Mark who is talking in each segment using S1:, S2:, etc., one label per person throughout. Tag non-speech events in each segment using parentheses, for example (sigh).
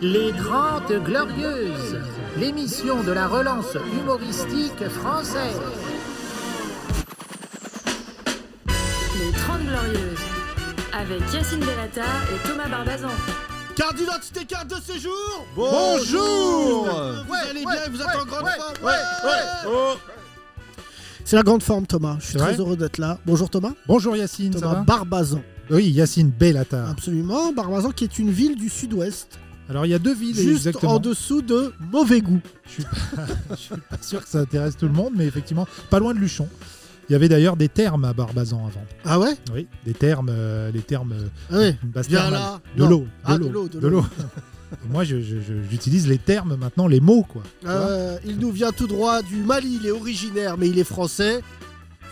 S1: Les Grandes Glorieuses, l'émission de la relance humoristique française.
S2: Les 30 Glorieuses, avec Yacine Delata et Thomas Barbazan.
S3: Carte d'identité, carte de séjour
S4: Bonjour
S3: Vous allez bien, vous êtes en grande forme
S5: C'est la grande forme, Thomas. Je suis
S4: C'est
S5: très
S4: vrai
S5: heureux d'être là. Bonjour, Thomas.
S4: Bonjour Yacine, ça
S5: Thomas
S4: va
S5: Barbazan.
S4: Oui, Yacine
S5: Ah.
S4: Bellata.
S5: Absolument. Barbazan, qui est une ville du sud-ouest,
S4: Alors il y a deux villes
S5: juste
S4: exactement.
S5: en dessous de Mauvais Goût.
S4: Je suis pas sûr que ça intéresse tout le monde, mais effectivement, pas loin de Luchon. Il y avait d'ailleurs des thermes à Barbazan avant.
S5: Ah ouais
S4: Oui, des thermes, euh, les thermes euh,
S5: Ouais.
S4: une base
S5: Eh, Viens
S4: thermale.
S5: là.
S4: de
S5: Non.
S4: l'eau,
S5: Ah, de
S4: de l'eau,
S5: l'eau, de
S4: Et Moi, je- je- je- j'utilise les termes maintenant, les mots quoi. Tu vois
S5: Euh, il nous vient tout droit du Mali. Il est originaire, mais il est français.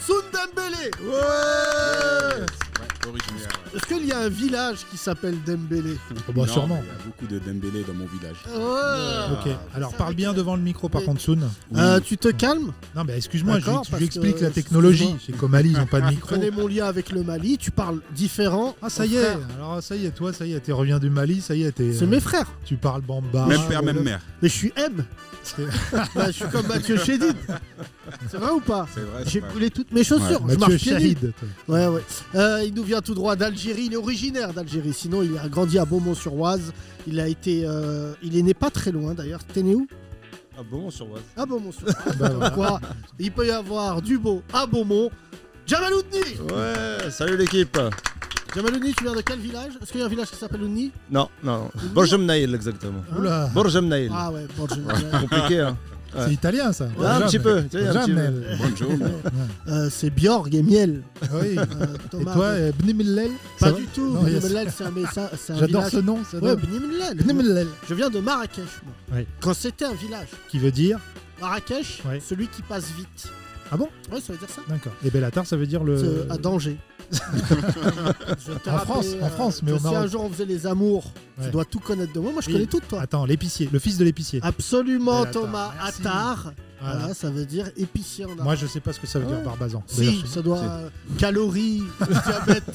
S5: Sundembele Ouais
S6: Ouais, originaire.
S5: Est-ce qu'il y a un village qui s'appelle Dembélé
S4: Oh, bah,
S6: Non,
S4: sûrement.
S6: mais Il y a beaucoup de Dembélé dans mon village.
S5: Ah.
S4: Ok. Alors
S5: ça,
S4: parle bien
S5: avec-
S4: devant le micro par
S5: Oui.
S4: contre, Soun.
S5: Euh, Tu te calmes
S4: Non mais excuse-moi, je-
S5: D'accord,
S4: je-
S5: parce
S4: j'explique
S5: que-
S4: la technologie.
S5: excuse-moi.
S4: C'est qu'au Mali, ils n'ont pas de micro.
S5: Prenez mon lien avec le Mali. Tu parles différent.
S4: Ah ça y est, alors ça y est, toi, ça y est, tu reviens du Mali, ça y est, t'es,
S5: C'est
S4: euh,
S5: mes frères.
S4: tu parles
S5: Ah,
S4: bamba.
S6: même père, même mère.
S5: Mais je suis M.
S4: C'est-
S5: (laughs) Bah, je suis comme Mathieu Chédid. C'est vrai ou pas
S6: C'est vrai. c'est
S5: J'ai
S6: vrai.
S5: brûlé toutes mes chaussures. je
S4: Mathieu
S5: marche pieds nus.
S4: Shahid. toi.
S5: Ouais, ouais. Euh, il nous vient tout droit d'Algérie. Il est originaire d'Algérie. Sinon, il a grandi à Beaumont-sur-Oise. Il a été. euh, Il est né pas très loin d'ailleurs. T'es né où
S6: Ah bon, sur Watt.
S5: À Beaumont-sur-Oise.
S4: Bah,
S5: Comme
S4: voilà.
S5: quoi, il peut y avoir du beau à Beaumont. Jamaloudni
S3: Ouais, Eh, salut l'équipe
S5: Jamaloudni, tu viens de quel village Est-ce qu'il y a un village qui s'appelle Oudni
S3: Non, non, Borjem Nail exactement.
S4: Oula,
S3: Borjem Nail,
S5: Ah ouais, bon, je-
S3: compliqué hein. ouais.
S4: c'est italien ça.
S3: Ah, un
S4: Jamais.
S3: petit peu, tu sais, un petit
S4: Jamais.
S3: peu.
S6: Bonjour.
S5: Euh, C'est Bjorg et Miel.
S4: Ah Oui.
S5: Euh,
S4: Et
S5: Thomas,
S4: toi, euh, Bni Millel, ça
S5: pas
S4: va
S5: du tout.
S4: Non, yes.
S5: Bnimlal, c'est un,
S4: (laughs)
S5: messa- c'est un
S4: J'adore
S5: village-
S4: ce nom, ça
S5: Ouais,
S4: donne-
S5: Bni Mellal.
S4: Bni Millel.
S5: Je viens de Marrakech, moi.
S4: Oui.
S5: Quand c'était un village.
S4: Qui veut dire
S5: Marrakech,
S4: Oui.
S5: celui qui passe vite.
S4: Ah bon
S5: Ouais, ça veut dire ça
S4: D'accord. Et Bellatar, ça veut dire le.
S5: C'est À danger.
S4: (laughs)
S5: Je te
S4: En France, en France, mais
S5: que
S4: au
S5: si
S4: Maroc.
S5: un jour on faisait les amours,
S4: Ouais.
S5: tu dois tout connaître de moi. Moi, je
S4: Oui.
S5: connais tout de toi.
S4: Attends, l'épicier, le fils de l'épicier.
S5: Absolument,
S4: Bel Attar,
S5: Thomas.
S4: merci.
S5: Attar,
S4: Voilà.
S5: Ah, voilà, ça veut dire épicier en arabe.
S4: Moi, je sais pas ce que ça veut dire
S5: Ouais.
S4: Barbazan.
S5: si, ça doit euh, calories, (laughs) diabète,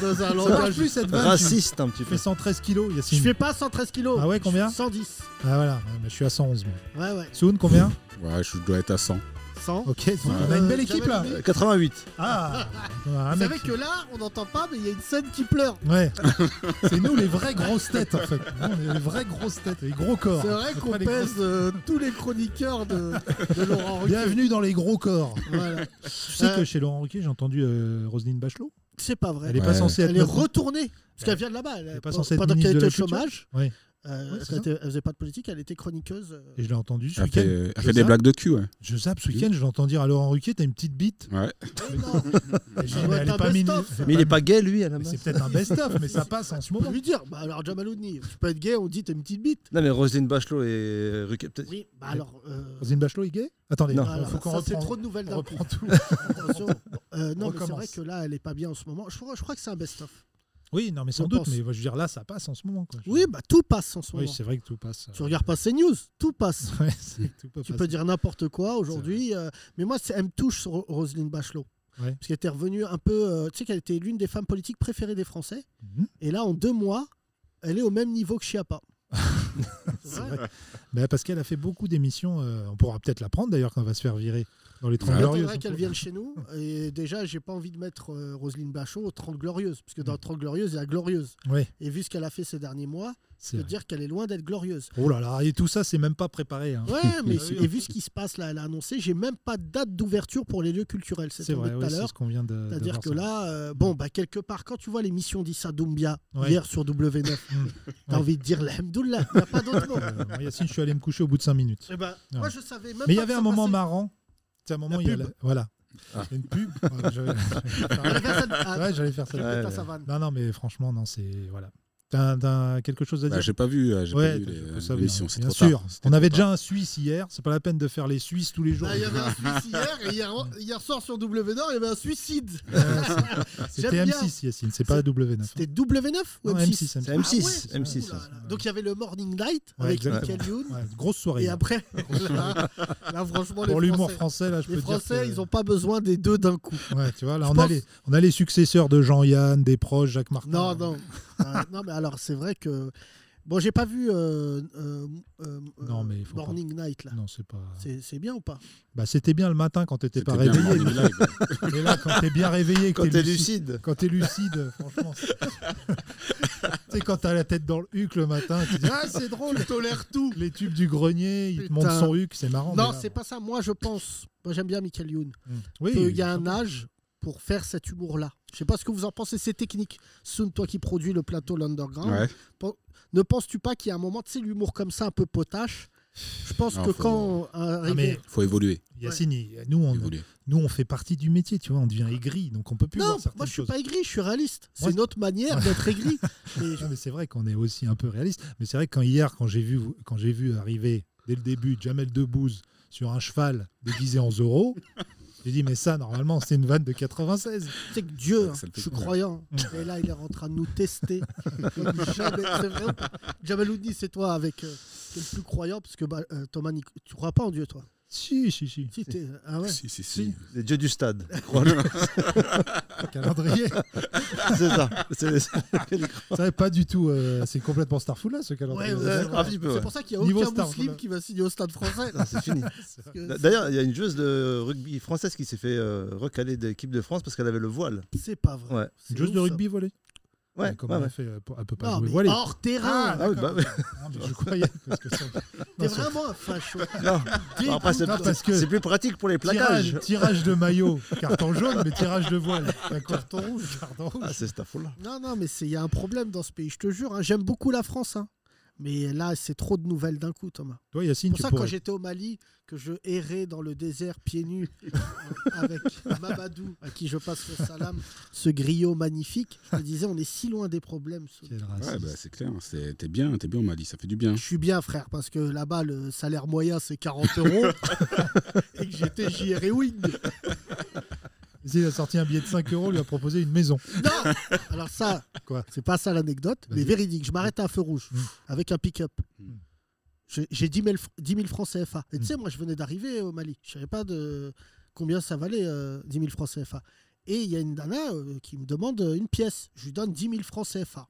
S5: dans un
S4: Ça marche
S5: langage. (laughs)
S4: plus cette vanne. Tu
S3: Raciste un petit
S4: fais
S3: peu.
S4: 113 kilos,
S5: Je
S4: Yacine.
S5: fais pas 113 kilos.
S4: Ah ouais, combien
S5: 110.
S4: Ah voilà, ouais, mais je suis à 111. moi.
S5: Ouais, ouais.
S4: Soun,
S5: (laughs)
S4: combien
S6: Ouais, je dois être à 100.
S5: 100.
S4: Ok, donc on a une belle équipe là.
S3: Euh,
S5: Jamel
S3: 88.
S4: (laughs) Ah on a un
S5: Vous
S4: mec
S5: savez
S4: qui-
S5: que là, on n'entend pas, mais il y a une scène qui pleure.
S4: Ouais, c'est nous les vraies grosses têtes en fait. Nous, on est les vraies grosses têtes, les gros corps.
S5: C'est vrai
S4: Oh, Pas
S5: qu'on
S4: les grosses
S5: pèse euh, tous les chroniqueurs de, de
S4: (laughs)
S5: Laurent Ruquier.
S4: Bienvenue dans les gros
S5: Euh,
S4: corps.
S5: Voilà.
S4: Tu sais
S5: Euh,
S4: que chez Laurent Ruquier, j'ai entendu euh, Roselyne Bachelot.
S5: C'est pas vrai.
S4: Elle
S5: Elle
S4: est
S5: est,
S4: pas
S6: Ouais.
S4: censée être. notre-
S5: retournée. Parce qu'elle vient de là-bas. Elle-
S4: Elle est pas censée être
S5: Pendant
S4: ministre
S5: qu'elle
S4: de
S5: était
S4: la
S5: au
S4: culture.
S5: chômage,
S4: Oui.
S5: euh,
S4: Ouais,
S5: parce qu'elle
S4: c'est ça.
S5: était- elle faisait pas de politique, elle était chroniqueuse. euh,
S4: Et je l'ai entendu ce
S6: Elle
S4: week-end.
S6: fait, elle fait
S4: Je
S6: des
S4: zappe.
S6: blagues de cul, ouais.
S4: Je zappe ce week-end, je l'entends dire à Laurent Ruquier T'as une petite bite.
S6: Ouais.
S5: Euh,
S4: (laughs)
S5: non.
S4: Et je dis,
S5: doit
S4: mais
S5: être
S4: elle est
S5: un
S4: pas
S5: best-of,
S4: mini-
S5: ça.
S3: Mais il est pas gay lui à la
S4: Mais
S3: base.
S4: C'est peut-être un best-of, mais ça passe en ce
S5: On peut
S4: moment.
S5: lui dire, bah alors Jamaloudni, tu peux être gay, on dit t'es une petite bite.
S3: Non mais Roselyne Bachelot et Ruquier peut-être.
S5: Oui, bah alors. euh,
S4: Roselyne Bachelot est gay Attendez,
S3: Non.
S4: euh,
S5: voilà,
S4: faut qu'on
S5: Ah, ça, c'est
S4: reprend,
S5: trop de nouvelles
S4: on
S5: d'un coup.
S4: reprend tout.
S5: Attention. Euh, non, mais c'est vrai
S4: Recommence.
S5: que là, elle est pas bien en ce moment. Je crois, je crois que c'est un best-of.
S4: Oui, non, mais sans
S5: On
S4: doute,
S5: pense.
S4: mais je veux dire, là, ça passe en ce moment. Quoi. Je-
S5: Oui, bah tout passe en ce
S4: Oui,
S5: moment.
S4: c'est vrai que tout passe.
S5: tu regardes pas CNews, tout passe.
S4: (laughs)
S5: (laughs)
S4: Ouais, c'est vrai que tout peut
S5: Tu peux
S4: passer.
S5: dire n'importe quoi aujourd'hui. euh, mais moi, c'est- elle me touche sur Ro- Roselyne Bachelot.
S4: Ouais.
S5: Parce qu'elle était revenue un peu. euh, tu sais qu'elle était l'une des femmes politiques préférées des Français.
S4: Mhm.
S5: Et là, en deux mois, elle est au même niveau que
S4: (laughs)
S5: Chiappa. C'est vrai.
S4: Bah, parce qu'elle a fait beaucoup d'émissions. euh, on pourra peut-être la prendre d'ailleurs quand on va se faire virer dans les 30
S6: Ouais.
S4: Glorieuses.
S5: J'attendrai Bah, qu'elle vienne chez nous. Et déjà, j'ai pas envie de mettre euh, Roselyne Bachelot aux 30 Glorieuses. Parce que
S4: Mm.
S5: dans 30 Glorieuses, il y a Glorieuse.
S4: Oui,
S5: Et vu ce qu'elle a fait ces derniers mois, je
S4: c'est
S5: peux
S4: vrai.
S5: dire qu'elle est loin d'être glorieuse.
S4: Oh là là, et tout ça, c'est même pas préparé. hein.
S5: Ouais, mais
S4: oui,
S5: et vu ce qui se passe là, elle a annoncé, j'ai même pas de date d'ouverture pour les lieux culturels. C'est
S4: C'est
S5: tombé
S4: vrai,
S5: tout
S4: ouais,
S5: à
S4: c'est
S5: l'heure.
S4: ce qu'on vient de. de
S5: C'est-à-dire
S4: voir,
S5: que
S4: ça.
S5: là, euh, bon, bah, quelque part, quand tu vois l'émission d'Issa Doumbia
S4: Ouais.
S5: hier sur W9, t'as
S4: (laughs) Ouais.
S5: envie de dire l'Hamdoullah, il n'y a pas d'autre
S4: (laughs)
S5: mot.
S4: Euh, moi, Yacine, je suis allé me coucher au bout de 5 minutes.
S5: Eh ben,
S4: Ouais.
S5: Moi, je savais même
S4: Mais il y
S5: pas
S4: avait
S5: que
S4: un
S5: ça
S4: moment
S5: passait.
S4: marrant. C'est un moment,
S5: La
S4: il y a
S5: pub.
S4: la- Voilà.
S6: Ah.
S4: Une pub. Ouais, je-
S5: (laughs) Elle
S4: (laughs)
S5: avait un- ah,
S4: Ouais, Bah, j'allais faire
S5: je vais
S4: ça.
S3: Ouais,
S5: mettre à
S3: ouais.
S5: savane.
S4: Non, non, mais franchement, non, c'est. Voilà. T'as t'as quelque chose à
S6: Bah,
S4: dire
S6: j'ai pas vu, euh, j'ai
S4: Ouais,
S6: pas vu
S5: bah,
S4: t'as-
S6: les,
S4: faut savoir.
S5: hein.
S6: l'émission, c'est
S4: Bien
S6: trop
S4: sûr.
S6: tard. C'était
S4: On
S6: trop
S4: avait
S6: tard.
S4: déjà un Suisse hier. C'est pas la peine de faire les Suisses tous les jours.
S5: Bah, Il y avait un Suisse hier, et hier, hier soir sur W9, il y avait un suicide. (laughs)
S4: C'était
S5: J'aime bien.
S4: M6, Yacine. C'est pas W9.
S5: C'était W9 ou
S4: Non,
S5: M6
S4: M6.
S3: C'est M6,
S5: Ah ouais
S3: M6.
S5: Ouh là
S3: ouais.
S5: là. Donc il y avait le Morning Night
S4: Ouais,
S5: avec
S4: exactement.
S5: Michael Youn.
S4: Ouais, grosse soirée.
S5: Et
S4: hein. (laughs)
S5: après, (laughs) là, là, franchement,
S4: Pour
S5: les
S4: l'humour
S5: Français,
S4: français, là, je
S5: les
S4: peux
S5: Français,
S4: dire.
S5: ils
S4: que-
S5: n'ont pas besoin des deux d'un
S4: (laughs)
S5: coup.
S4: Ouais, tu vois, là,
S5: Je
S4: on a,
S5: pense-
S4: les, on a les successeurs de Jean-Yann, des proches, Jacques Martin.
S5: Non, non. Euh, non, mais alors, c'est vrai que Bon, j'ai pas vu euh, euh, euh,
S4: Non,
S5: euh,
S4: mais il faut pas.
S5: Morning Night là.
S4: Non, c'est pas.
S5: C'est c'est bien ou pas
S4: Bah, c'était bien le matin quand t'étais pas
S6: C'était bien
S4: réveillé.
S6: Morning Live.
S4: Mais là, quand t'es bien réveillé,
S3: Quand t'es lucide.
S4: Quand t'es lucide, franchement.
S6: (laughs)
S4: c'est- tu sais, quand t'as la tête dans le huc le matin, tu dis (laughs) Ah,
S5: (laughs)
S4: c'est drôle
S5: Je tolère tout
S4: Les tubes du grenier, il te
S5: Putain.
S4: montre son huc, c'est marrant.
S5: Non,
S4: mais là-
S5: c'est pas ça. Moi, je pense. Moi, j'aime bien Michael Youn.
S4: Mm. Oui,
S5: qu'il y a un âge pour faire cet humour-là. Je sais pas ce que vous en pensez, c'est technique. Soon, toi qui produis le plateau L'Underground,
S6: hein. Ouais.
S5: ne penses-tu pas qu'il y a un moment, tu sais, l'humour comme ça, un peu potache Je pense
S6: Non,
S5: que
S6: faut-
S5: quand. un
S4: Ah, mais
S5: arrivé-
S6: Faut évoluer.
S4: Yacine, il- nous, on,
S6: évoluer.
S4: nous, on fait partie du métier, tu vois, on devient aigri, donc on peut plus
S5: Non,
S4: voir certaines
S5: moi je suis
S4: choses.
S5: pas aigri, je suis réaliste. C'est
S4: Moi,
S5: une autre
S4: (laughs)
S5: manière d'être aigri. Mais je-
S4: Non, mais c'est vrai qu'on est aussi un peu réaliste. Mais c'est vrai que quand hier, quand j'ai vu, quand j'ai vu arriver dès le début Jamel Debbouze sur un cheval déguisé en Zorro, (laughs) j'ai dit mais ça normalement c'est une vanne de 96.
S5: C'est que Dieu, hein,
S6: Ça le fait
S5: je suis
S4: (laughs)
S6: plaisir.
S5: croyant. Et là, il est en train de nous tester. Jamais- c'est vrai ou pas Jamel Oudni, c'est toi avec euh, t'es le plus croyant, parce que bah, euh, Thomas, Nic- tu crois pas en Dieu, toi
S4: Si si si.
S5: Si, t'es- ah ouais.
S6: Si, si, si.
S3: Les dieux du stade.
S4: Calendrier.
S3: C'est ça. C'est- c'est-
S4: Ça n'est pas du tout. euh, c'est complètement Starful là ce calendrier.
S5: Ouais, ouais,
S3: Euh,
S5: ouais.
S3: un petit peu,
S5: C'est
S3: ouais.
S5: pour ça qu'il n'y a
S4: Niveau
S5: aucun
S4: star,
S5: musulman
S4: voilà.
S5: qui va signer au stade français.
S3: (laughs) Non, c'est fini.
S5: Parce que
S3: D'ailleurs, il y a une joueuse de rugby française qui s'est fait euh, recaler de l'équipe de France parce qu'elle avait le voile.
S5: c'est pas vrai.
S3: Ouais.
S5: C'est
S4: Une joueuse
S5: ouf,
S4: de
S5: ça.
S4: rugby voilée.
S3: Ouais,
S4: Mais Comment
S3: ouais,
S4: elle
S3: ouais.
S4: fait euh, pour- Elle peut pas
S5: Non,
S4: jouer
S5: mais
S4: voilée.
S5: hors terrain.
S3: Ah oui, bah oui.
S4: Non, mais je croyais. Parce que ça-
S5: T'es
S4: Non, sur-
S5: vraiment un facho.
S3: Non. Après, c'est
S4: Non, Ah, parce que-
S3: c'est plus pratique pour les plaquages.
S4: Tirage, tirage de maillot, carton jaune, mais tirage de voile. Carton rouge, carton rouge.
S3: Ah, c'est cette affaire-là.
S5: Non, non, mais c'est- il y a un problème dans ce pays, je te jure. hein. J'aime beaucoup la France. hein. Mais là, c'est trop de nouvelles d'un coup, Thomas.
S4: Toi,
S5: C'est
S4: Yacine,
S5: pour
S4: tu
S5: ça,
S4: pourrais.
S5: quand j'étais au Mali, que je errais dans le désert pieds
S4: (laughs)
S5: nus euh, avec Mamadou, à qui je passe le salam, ce griot magnifique, je me disais, on est si loin des problèmes. ce-
S4: Quel
S6: Ouais,
S4: raciste.
S6: bah, c'est clair. c'est- T'es bien, t'es bien au Mali, ça fait du bien.
S5: Je suis bien, frère, parce que là-bas, le salaire moyen, c'est 40
S4: (laughs)
S5: euros. et que j'étais JRE Wing.
S4: Il a sorti un billet de 5 euros, lui a proposé une maison.
S5: Non Alors, ça,
S4: Quoi
S5: c'est pas ça l'anecdote, mais
S4: Vas-y.
S5: véridique. Je m'arrête à un feu rouge
S4: Mm.
S5: avec un pick-up.
S6: Mm.
S5: J'ai j'ai 10 000, fr- 10 000 francs CFA.
S4: Mm.
S5: Et tu sais, moi, je venais d'arriver au Mali. Je savais pas de combien ça valait, euh, 10 000 francs CFA. Et il y a une nana euh, qui me demande euh, une pièce. Je lui donne 10 000 francs CFA.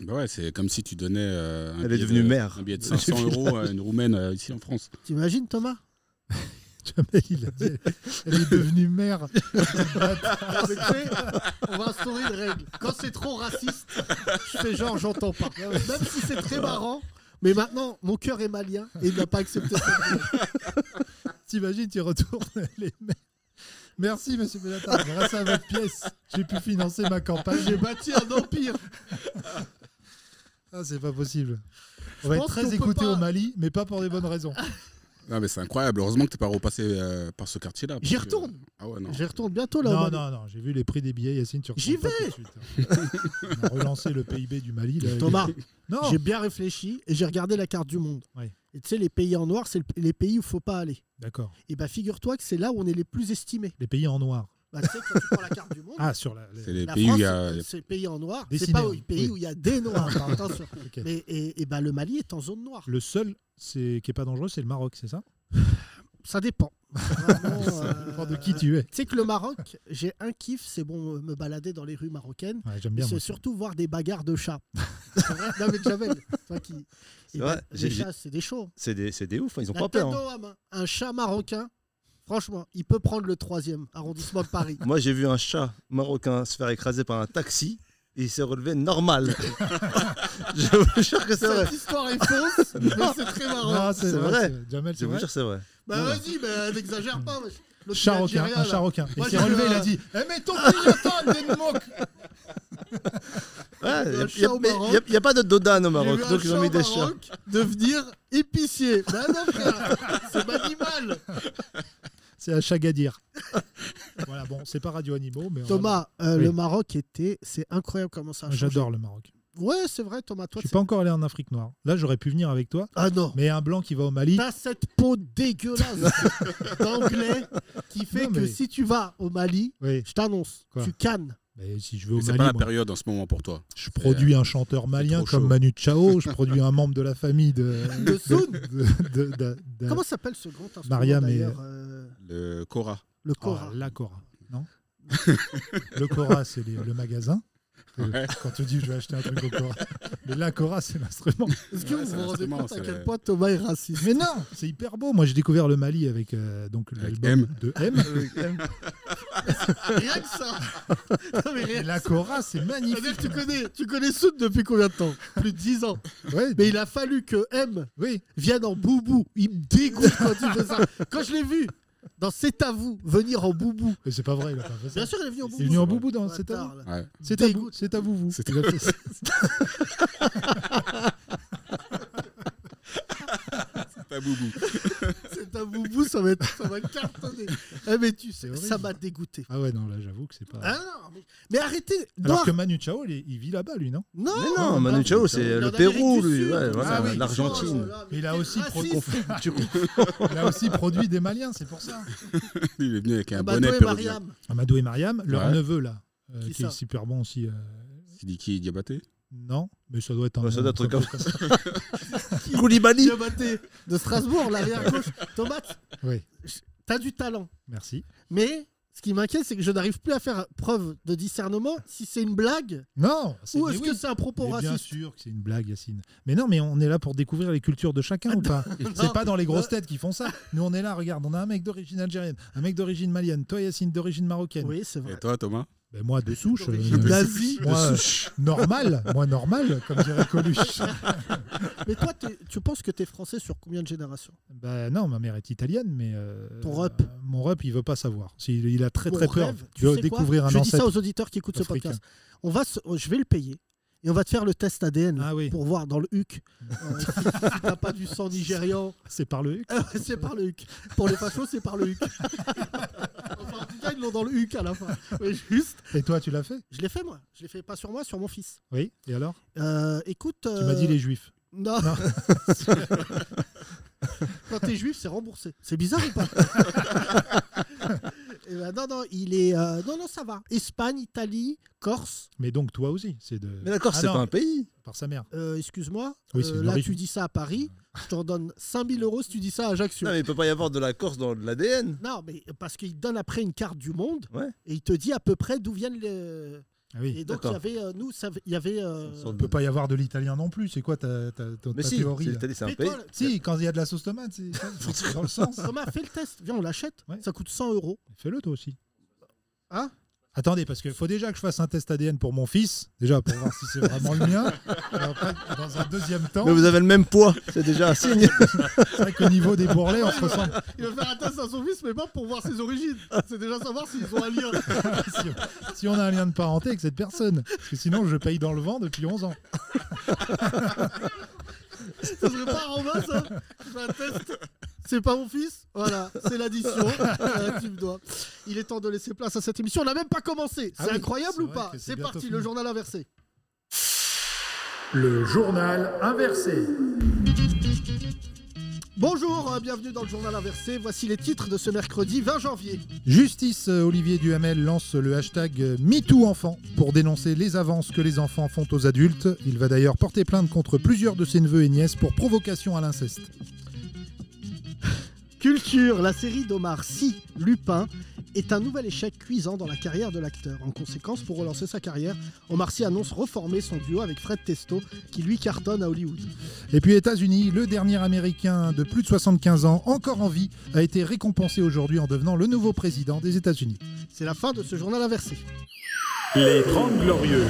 S6: Bah ouais, c'est comme si tu donnais. euh, un
S3: Elle est
S6: billet
S3: devenue
S6: de-
S3: maire.
S6: Un billet de 500 euros à une Roumaine euh, ici en France.
S5: T'imagines, Thomas
S4: Jamais il a dit. Elle est devenue mère.
S5: Ah, mais tu sais, on va instaurer une règle. Quand c'est trop raciste, je fais genre j'entends pas. Même si c'est très marrant. Mais maintenant, mon cœur est malien et il n'a pas accepté ça.
S4: T'imagines, tu retournes les mères. Merci, monsieur Benatar. Grâce à votre pièce, j'ai pu financer ma campagne.
S5: J'ai bâti un empire.
S4: Ah, c'est pas possible. On
S5: Je
S4: va être
S5: pense qu'on
S4: très
S5: peut
S4: écouté
S5: pas-
S4: au Mali, mais pas pour des bonnes raisons.
S6: Non, Ah, mais c'est incroyable. Heureusement que t'es pas repassé euh, par ce quartier-là. parce
S5: J'y
S6: que-
S5: retourne.
S6: Ah ouais, non.
S5: J'y retourne bientôt là. au
S4: Non,
S5: Mali.
S4: non, non, j'ai vu les prix des billets, Yacine, tu
S5: J'y
S4: retournes pas tout de suite. On a relancé le PIB du Mali. là.
S5: Thomas,
S4: Non,
S5: j'ai bien réfléchi et j'ai regardé la carte du monde.
S4: Ouais.
S5: Et tu sais, les pays en noir, c'est le- les pays où il faut pas aller.
S4: d'accord.
S5: Et bah figure-toi que c'est là où on est les plus estimés.
S4: Les pays en noir.
S5: Bah, tu sais, quand tu prends la carte du monde,
S4: Ah, sur la. les-
S6: C'est les
S5: la
S6: pays
S5: France, euh,
S6: où il y a.
S5: c'est le pays en noir. C'est
S4: Dessiné,
S5: pas
S4: hein. oui.
S5: les pays où il y a des
S4: (laughs)
S5: noirs. attention.
S4: ok.
S5: Mais- et, et bah, le Mali est en zone noire.
S4: Le seul c'est qui est pas dangereux, c'est le Maroc, c'est ça
S5: Ça dépend.
S4: (laughs)
S5: Vraiment, euh,
S4: Dépend de qui tu es.
S5: Tu sais que le Maroc, j'ai un kiff, c'est bon euh, me balader dans les rues marocaines.
S4: Ouais, J'aime
S5: mais
S4: bien.
S5: C'est
S4: moi.
S5: surtout voir des bagarres de chats. (laughs) C'est vrai non mais Jamel, toi qui.
S3: C'est
S5: Eh
S3: vrai,
S5: ben,
S3: j'ai-
S5: les chats, c'est des chauds.
S3: C'est des, c'est des ouf, hein, ils ont
S5: La
S3: pas
S5: tête
S3: peur. hein.
S5: dans la main, un chat marocain, franchement, il peut prendre le troisième arrondissement de Paris.
S3: Moi, j'ai vu un chat marocain se faire écraser par un taxi et il s'est relevé normal. je vous jure que (laughs) c'est vrai.
S5: Cette histoire est
S3: (laughs)
S5: fausse, mais c'est très marrant.
S4: Ah,
S3: C'est vrai.
S4: c'est- Jamel,
S3: Je
S4: c'est
S3: vous
S4: vrai.
S3: jure que c'est vrai.
S5: Bah vas-y, bah, n'exagère pas. wesh. L'autre, il est
S4: Charoquin,
S5: algérien,
S4: un
S5: là.
S4: charoquin. Il
S5: Moi,
S4: s'est
S5: j'ai
S4: relevé,
S5: vu,
S4: il
S5: euh,
S4: a dit Eh, mais ton clignotant, il est de moque
S3: Ouais,
S5: Le
S3: il n'y
S5: chat au Maroc.
S3: a, y a pas de Dodan au Maroc,
S5: J'ai vu
S3: donc
S5: un
S3: ils ont
S5: chat
S3: mis
S5: au
S3: des chats.
S5: Maroc Devenir épicier. Bah non, frère, c'est pas animal.
S4: C'est à Chagadir. (laughs) voilà, bon, c'est pas Radio Animaux, mais. on adore.
S5: Thomas, euh,
S4: Oui.
S5: le Maroc était, c'est incroyable comment ça a changé.
S4: J'adore le Maroc.
S5: Ouais, c'est vrai, Thomas.
S4: Je
S5: Toi,
S4: suis
S5: t'es-
S4: pas encore allé en Afrique noire. Là, j'aurais pu venir avec toi,
S5: Ah non.
S4: mais un blanc qui va au Mali.
S5: T'as cette peau
S3: (laughs)
S5: dégueulasse d'anglais qui fait
S4: Non, mais-
S5: que si tu vas au Mali,
S4: Oui,
S5: je t'annonce,
S4: Quoi
S5: tu cannes.
S4: mais si je vais au
S6: Mais C'est
S4: Mali,
S6: pas la
S4: moi,
S6: période en ce moment pour toi.
S4: je produis un chanteur malien
S6: trop
S4: comme
S6: chaud.
S4: Manu Chao, je produis un membre de la famille de.
S5: De Soun.
S4: de- de- de- de-
S5: Comment s'appelle ce grand instrument
S4: Mariam et-
S5: d'ailleurs, euh,
S6: Le Cora.
S5: Le
S4: Oh,
S5: Cora. (laughs)
S4: la Cora, non Le Cora, c'est les- le magasin. Euh, Quand tu dis je vais acheter un truc au Cora. Mais là, Cora, c'est l'instrument.
S5: Est-ce que
S6: Ouais,
S5: vous
S6: c'est
S5: vous rendez
S6: l'instrument,
S5: compte à
S6: c'est
S5: quel
S6: le-
S5: point Thomas est raciste
S4: Mais non, c'est hyper beau. Moi, j'ai découvert le Mali avec euh, donc
S6: Avec
S4: l'album
S6: M.
S4: de
S5: (laughs)
S4: M.
S5: Ah, Rien que
S4: (laughs)
S5: ça Non, mais
S4: Et
S5: rien.
S4: la Cora, c'est
S5: C'est-à-dire
S4: magnifique.
S5: que tu connais, tu connais Soud depuis combien de temps Plus de 10 ans.
S4: Ouais,
S5: Ah, Mais il a fallu que M
S4: oui.
S5: vienne en boubou. Il me dégoûte quand il fait ça. Quand je l'ai vu dans C'est à vous venir en boubou.
S4: Mais c'est pas vrai, il a pas fait ça.
S5: Bien sûr, il est venu en boubou.
S4: Il est venu en boubou dans cet
S5: Bâtard,
S4: album.
S5: là.
S6: Ouais.
S4: C'est à vous, c'est à vous, vous.
S6: C'est-
S4: Il a fait ça.
S6: (laughs) Pas boubou.
S5: C'est un boubou, ça va, être, ça va cartonner. Eh, mais tu sais,
S4: horrible.
S5: ça m'a dégoûté.
S4: Ah ouais, non, là, j'avoue que c'est pas.
S5: Ah non, mais, mais arrêtez
S4: Alors
S5: Noir
S4: que Manu Chao, il, est- il vit là-bas, lui, non
S5: Non
S3: Mais non,
S5: bah,
S3: Manu Chao, c'est
S5: En
S3: le
S5: Amérique
S3: Pérou,
S5: du
S3: lui.
S5: Sud.
S3: ouais, voilà,
S4: Ah oui.
S5: Oh
S3: L'Argentine.
S5: là là, mais
S4: Mais il a
S5: t'es
S4: aussi pro-
S5: raciste.
S4: (laughs)
S3: Tu comprends
S4: Il a aussi produit des Maliens, c'est pour ça.
S6: Il est venu avec un
S5: Ah bah,
S6: bonnet
S5: toi et
S6: péruvien.
S5: Mariam.
S4: Amadou et Mariam, leur
S6: Ouais.
S4: neveu, là, euh,
S5: Qui
S4: qui,
S5: ça
S4: est super bon aussi. euh,
S6: Sidiki Diabaté.
S4: Non, mais ça doit être un.
S3: Ouais, ça doit être
S4: un
S3: comme
S4: truc ça.
S3: (laughs) Koulibaly
S5: Diabaté de Strasbourg,
S3: (laughs)
S5: l'arrière-gauche. Thomas,
S4: (laughs) Oui,
S5: t'as du talent.
S4: merci.
S5: Mais ce qui m'inquiète, c'est que je n'arrive plus à faire preuve de discernement si c'est une blague
S4: Non c'est-
S5: ou
S4: mais
S5: est-ce
S4: oui.
S5: que c'est un propos
S4: Mais bien
S5: raciste.
S4: sûr que c'est une blague, Yacine. Mais non, mais on est là pour découvrir les cultures de chacun
S5: (laughs)
S4: ou pas C'est pas dans les
S5: euh,
S4: grosses têtes qui font ça. Nous, on est là, regarde, on a un mec d'origine algérienne, un mec d'origine malienne, toi, Yacine, d'origine marocaine.
S5: Oui, c'est
S6: Et
S5: vrai.
S6: toi, Thomas
S4: Ben, moi, de souche.
S5: D'origine
S4: euh,
S5: nazie.
S4: moi, normal, moi, normal, comme dirait Coluche.
S5: Mais toi, t'es- tu penses que t'es français sur combien de générations
S4: Bah non, ma mère est italienne, mais. euh,
S5: Ton rep.
S4: euh, Mon rep, il veut pas savoir. Il, il a très
S5: Mon
S4: très peur
S5: rêve, tu
S4: de
S5: sais quoi
S4: découvrir un
S5: Je dis ça
S4: ancêtre.
S5: aux auditeurs qui écoutent ce
S4: africain.
S5: podcast. On va se- Je vais le payer et on va te faire le test ADN
S4: Ah oui,
S5: pour voir dans le
S4: (laughs)
S5: HUC euh, si, si t'as pas du sang nigérian. (laughs)
S4: c'est par le.
S5: Euh, c'est par le HUC. Pour les fachos, c'est par le HUC. (laughs) enfin, en tout cas, ils l'ont dans le HUC à la fin. Mais juste,
S4: Et toi, tu l'as fait
S5: je l'ai fait moi. Je l'ai fait pas sur moi, sur mon fils.
S4: Oui. Et alors
S5: Euh, écoute.
S4: Tu m'as dit les juifs.
S5: Non.
S4: Non.
S5: (laughs) Quand t'es juif, c'est remboursé. C'est bizarre ou pas (laughs) Eh ben, Non, non, il est. euh, Non, non, ça va. Espagne, Italie, Corse.
S4: Mais donc toi aussi, c'est de.
S3: Mais d'accord,
S4: Ah
S3: c'est
S4: non,
S3: pas un pays.
S4: Par sa mère.
S5: Euh, Excuse-moi.
S4: Oui,
S5: euh,
S4: c'est une
S5: là,
S4: origine.
S5: tu dis ça à Paris. Je t'en donne 5000 euros si tu dis ça à Ajaccio.
S3: Non, mais il peut pas y avoir de la Corse dans de l'ADN.
S5: Non, mais parce qu'il te donne après une carte du monde
S3: Ouais.
S5: et il te dit à peu près d'où viennent les.
S4: Ah oui.
S5: Et donc, il y
S3: d'accord.
S5: avait. euh, nous, ça- il y avait. euh,
S3: Une sorte
S4: Il peut pas y avoir de l'italien non plus. C'est quoi ta, ta- ta-
S3: Mais
S4: ta
S3: si,
S4: théorie
S3: c'est
S4: là
S3: l'Italie, c'est un
S5: Mais
S3: pays.
S5: toi,
S4: hein. Si, quand il y a de la sauce tomate, c'est c'est dans
S5: (laughs)
S4: le sens.
S5: Thomas, fais le test. Viens, on l'achète.
S4: Ouais.
S5: Ça coûte 100 euros.
S4: Fais-le toi aussi.
S5: Hein
S4: Attendez, parce qu'il faut déjà que je fasse un test ADN pour mon fils, déjà pour voir si c'est vraiment le mien. Et après, dans un deuxième temps,
S3: Mais vous avez le même poids, c'est déjà un signe.
S4: (laughs) c'est vrai qu'au niveau des bourrelets, on se ressemble.
S5: Il va faire un test à son fils, mais pas pour voir ses origines. (laughs) C'est déjà savoir s'ils ont un lien.
S4: (laughs) si, si on a un lien de parenté avec cette personne. Parce que sinon, je paye dans le vent depuis 11 ans.
S5: Ça serait pas Romain, ça Je fais un test. C'est pas mon fils Voilà, c'est l'addition. Euh, tu me dois. Il est temps de laisser place à cette émission. On n'a même pas commencé.
S4: Ah
S5: C'est
S4: oui,
S5: incroyable
S4: c'est
S5: ou
S4: vrai
S5: pas
S4: que c'est
S5: C'est
S4: bientôt
S5: parti,
S4: fini.
S5: le journal inversé.
S1: Le journal inversé.
S5: Bonjour, euh, bienvenue dans le journal inversé. Voici les titres de ce mercredi 20 janvier.
S4: Justice, euh, Olivier Duhamel lance le hashtag euh, MeTooEnfant pour dénoncer les avances que les enfants font aux adultes. Il va d'ailleurs porter plainte contre plusieurs de ses neveux et nièces pour provocation à l'inceste.
S5: Culture, la série d'Omar Sy, Lupin, est un nouvel échec cuisant dans la carrière de l'acteur. En conséquence, pour relancer sa carrière, Omar Sy annonce reformer son duo avec Fred Testo, qui lui cartonne à Hollywood.
S4: Et puis États-Unis, le dernier Américain de plus de 75 ans, encore en vie, a été récompensé aujourd'hui en devenant le nouveau président des États-Unis.
S5: C'est la fin de ce journal inversé.
S1: Les 30 Glorieuses.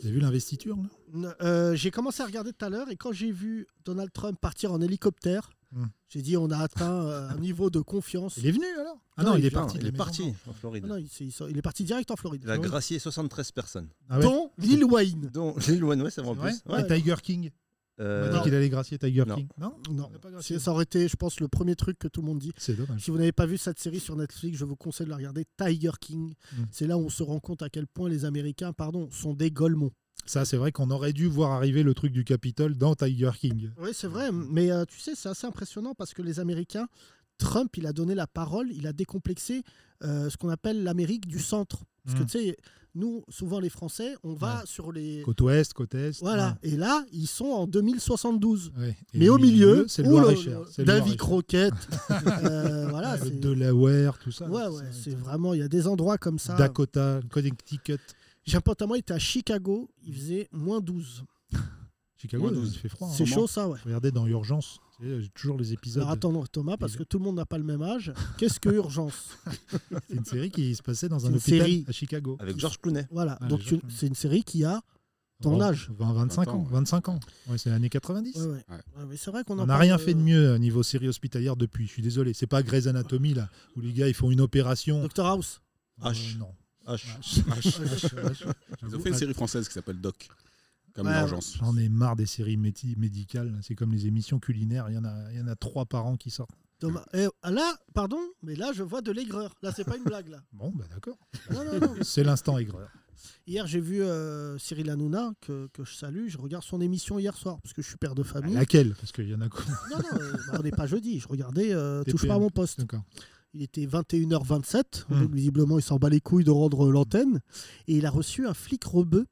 S4: Vous avez vu l'investiture là
S5: N- euh, j'ai commencé à regarder tout à l'heure et quand j'ai vu Donald Trump partir en hélicoptère,
S4: Hmm.
S5: j'ai dit on a atteint euh, un niveau de confiance.
S4: Il est venu alors Ah
S5: Non,
S4: non,
S5: il
S4: il est
S5: vient,
S4: parti. de
S3: il
S4: la
S3: est
S4: maison.
S3: parti en
S5: Ah
S3: Floride.
S5: non, il, s'est- il s'est- il est parti direct en Floride.
S3: Il a gracié 73 personnes.
S4: Ah ouais
S5: Dont Lil Wayne.
S3: Dont Lil Wayne, ouais, ça va en
S4: Ouais Bah,
S3: plus.
S4: Et Tiger King On
S3: Euh,
S4: m'a dit qu'il allait gracier Tiger
S3: non.
S4: King. Non
S5: Non,
S4: Il a pas gracié.
S5: C'est- ça aurait été, je pense, le premier truc que tout le monde dit.
S4: C'est dommage.
S5: Si vous n'avez pas vu cette série sur Netflix, je vous conseille de la regarder. Tiger King.
S4: Mm.
S5: C'est là où on se rend compte à quel point les Américains, pardon, sont des golemons.
S4: Ça, c'est vrai qu'on aurait dû voir arriver le truc du Capitole dans Tiger King. Mmh.
S5: Oui, c'est vrai. Mais euh, tu sais, c'est assez impressionnant parce que les Américains Trump, il a donné la parole, il a décomplexé euh, ce qu'on appelle l'Amérique du centre. Parce que
S4: Mm.
S5: tu sais, nous, souvent les Français, on va
S4: Ouais.
S5: sur les.
S4: Côte ouest, côte est.
S5: Voilà. Et là, ils sont en 2072.
S4: Ouais. Et
S5: Mais
S4: le
S5: au milieu,
S4: c'est le
S5: ouh,
S4: Loir-et-Cher. C'est le
S5: David
S4: Loir-et-Cher.
S5: Croquette.
S4: (laughs)
S5: euh, voilà.
S4: Le
S5: c'est-
S4: Delaware, tout ça.
S5: Ouais,
S4: là,
S5: ouais,
S4: c'est-
S5: c'est vraiment, il y a des endroits comme ça.
S4: Dakota, Connecticut.
S5: J'ai un pote à moi, il était à Chicago, il faisait moins 12.
S4: Chicago,
S6: Moins douze.
S4: il fait froid. hein.
S5: C'est chaud ça, ouais.
S4: Regardez dans Urgence, tu sais, j'ai toujours les épisodes.
S5: Alors attends Thomas, parce que tout le monde n'a pas le même âge. Qu'est-ce
S4: (laughs)
S5: que Urgence
S4: C'est une série qui se passait dans
S5: C'est
S4: un
S5: une
S4: hôpital
S5: série.
S4: à Chicago.
S3: Avec George Clooney.
S5: Voilà,
S4: Ouais,
S5: donc
S4: les
S5: tu-
S4: gens-
S5: c'est une série qui a ton
S4: Vingt-
S5: âge.
S4: vingt- 25 ans.
S6: Vingt ans, ouais.
S4: 25 ans. Ouais, c'est les années 90.
S5: Ouais, ouais.
S6: Ouais.
S5: Ouais, mais c'est vrai qu'on en
S4: On n'a
S5: parle,
S4: rien
S5: euh,
S4: fait de mieux à niveau série hospitalière depuis. Je suis désolé. C'est pas Grey's Anatomy là où les gars ils font une opération.
S5: Dr House.
S3: H.
S4: Euh, non.
S5: Ah.
S3: H.
S6: Ils
S4: Ils
S6: ont
S4: Ah.
S6: fait une série française qui s'appelle Doc, comme
S5: Ouais,
S6: l'urgence.
S4: J'en ai marre des séries méti- médicales. C'est comme les émissions culinaires. Il y en a, il y en a trois par an qui sortent.
S5: Thomas. Eh, ah, là, pardon, mais là je vois de l'aigreur. Là, c'est pas une blague
S4: (laughs)
S5: là.
S4: Bon, bah d'accord.
S5: Non, non, non.
S4: C'est l'instant aigreur.
S5: Hier, j'ai vu euh, Cyril Hanouna que, que je salue. Je regarde son émission hier soir parce que je suis père de famille.
S4: Laquelle Parce qu'il y en a quoi
S5: Non, non, euh, bah, on n'est pas jeudi. Je regardais euh, touche pas à
S4: TPM.
S5: mon poste.
S4: D'accord.
S5: Il était 21h27.
S4: Hmm.
S5: Donc, visiblement, il s'en bat les couilles de rendre euh, l'antenne. Et il a reçu un flic rebeu